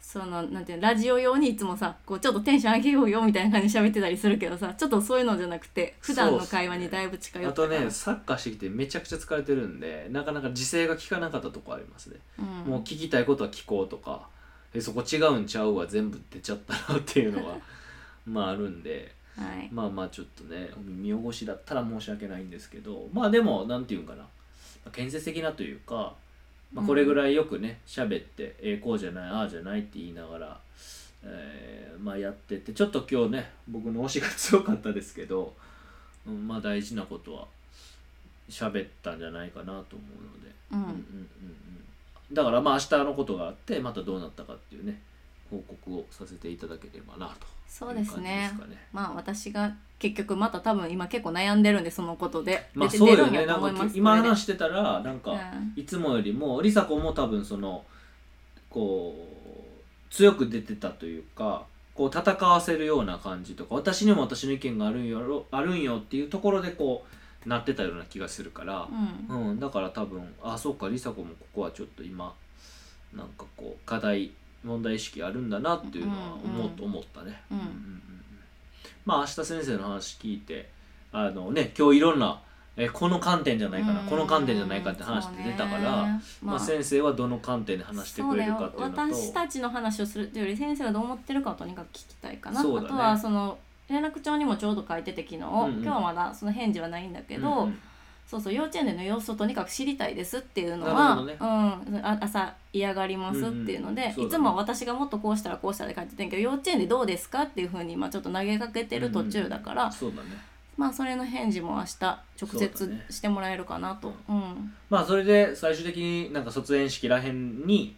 B: そのなんていうのラジオ用にいつもさこうちょっとテンション上げようよみたいな感じで喋ってたりするけどさちょっとそういうのじゃなくて普段の会話にだいぶ近寄
A: あ
B: ってた
A: と
B: から
A: ねサッカーしてきてめちゃくちゃ疲れてるんでなかなか時勢が効かなかったとこありますね、
B: うん
A: もう聞きたいことは聞こうとかえそこ違うんちゃうわ全部出ちゃったなっていうの がまああるんで
B: はい、
A: まあまあちょっとねお耳汚しだったら申し訳ないんですけどまあでもなんていうんかな建設的なというか、まあ、これぐらいよくね喋って、えーこうじゃないああじゃないって言いながら、えーまあ、やってってちょっと今日ね僕の推しが強かったですけど、うん、まあ大事なことは喋ったんじゃないかなと思うので、う
B: う
A: んうん
B: ん、
A: うんうん、だからまあ明日のことがあってまたどうなったかっていうね報告をさせていただければなと
B: そう
A: いう
B: で
A: 感
B: す
A: じ
B: ね
A: ですかね。
B: まあ私が結局また多分今結構悩んでるんでそのことで、
A: まあ
B: 出て
A: そうよ
B: 出る
A: ね
B: んや
A: な
B: と思い
A: ん
B: ま
A: か
B: す
A: 今
B: これで
A: 話してたらなんか
B: うん
A: いつもよりも梨紗子も多分そのこう強く出てたというかこう戦わせるような感じとか私にも私の意見があるんよろあるんよっていうところでこうなってたような気がするから、
B: うん
A: うん、だから多分あそうか梨紗子もここはちょっと今なんかこう課題問題意識あるんだなっていうのは思,、
B: うんうん
A: 思ったね、
B: うん
A: うんうんうんまあ明日先生の話聞いてあのね今日いろんなえこの観点じゃないかな、
B: うん
A: この観点じゃないかって話って出たから、
B: そうね
A: まあ、先生はどの観点で話してくれるかっていうのと
B: そうだよ私たちの話をするというより先生がどう思ってるかをとにかく聞きたいかな、
A: そうだ
B: あ
A: ね
B: とはその連絡帳にもちょうど書いてて昨
A: ん
B: 日、
A: うん
B: 今日はまだその返事はないんだけど、
A: うんうん
B: そうそう幼稚園での様子をとにかく知りたいですっていう
A: な
B: の
A: る
B: は、
A: ほどね
B: うん、あ朝嫌がりますっていう
A: う
B: ので、
A: んうんそうだね
B: いつもは私がもっとこうしたらこうしたらって書いてたんやけど幼稚園でどうですかっていうふうにまあちょっと投げかけてる途中だから、
A: そうだね
B: まあそれの返事も明日直
A: そうだ
B: 接
A: ね
B: してもらえるかなと。うん
A: まあそれで最終的になんか卒園式らへんに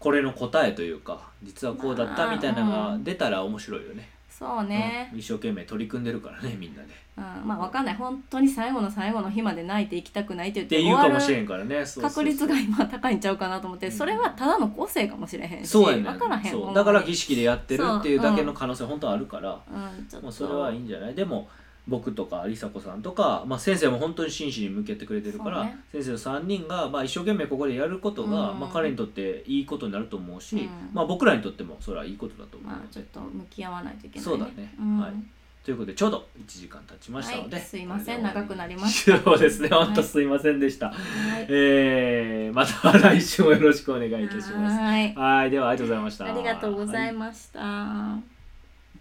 A: これの答えというか実はこうだったみたいなの
B: まあう
A: が
B: ん
A: 出たら面白いよね、
B: そうね、
A: うん一生懸命取り組んでるからねみんなで。
B: うんまあわかんない本当に最後の最後の日まで泣いていきたくないって言っ
A: ってて
B: 終
A: 言う
B: わ
A: かもしれ
B: る
A: んからねそうそうそう
B: 確率が今高いんちゃうかなと思って
A: うん
B: それはただの個性かもしれへんし
A: そうやね
B: わからへん
A: そう
B: ほんまに
A: だから儀式でやってるっていうだけの可能性本当はあるから、
B: うんちょっ
A: も
B: と
A: うそれはいいんじゃないでも僕とか梨紗子さんとか、まあ、先生も本当に真摯に向けてくれてるから、
B: そうね
A: 先生の3人が、まあ、一生懸命ここでやることが、
B: うん
A: まあ、彼にとっていいことになると思うし、
B: うん
A: まあ、僕らにとってもそれはいいことだと思う
B: ま
A: ので、
B: あちょっと向き合わないといけない
A: そうだね
B: ん
A: はいということでちょうど1時間経ちましたので、
B: はいすいません
A: これで終わ
B: 長くなりま し
A: そうですね
B: はい
A: 本当すいませんでした、
B: はい
A: えーまた来週もよろしくお願いいたします
B: はい
A: はいではありがとうございました
B: ありがとうござ
A: はい
B: ました。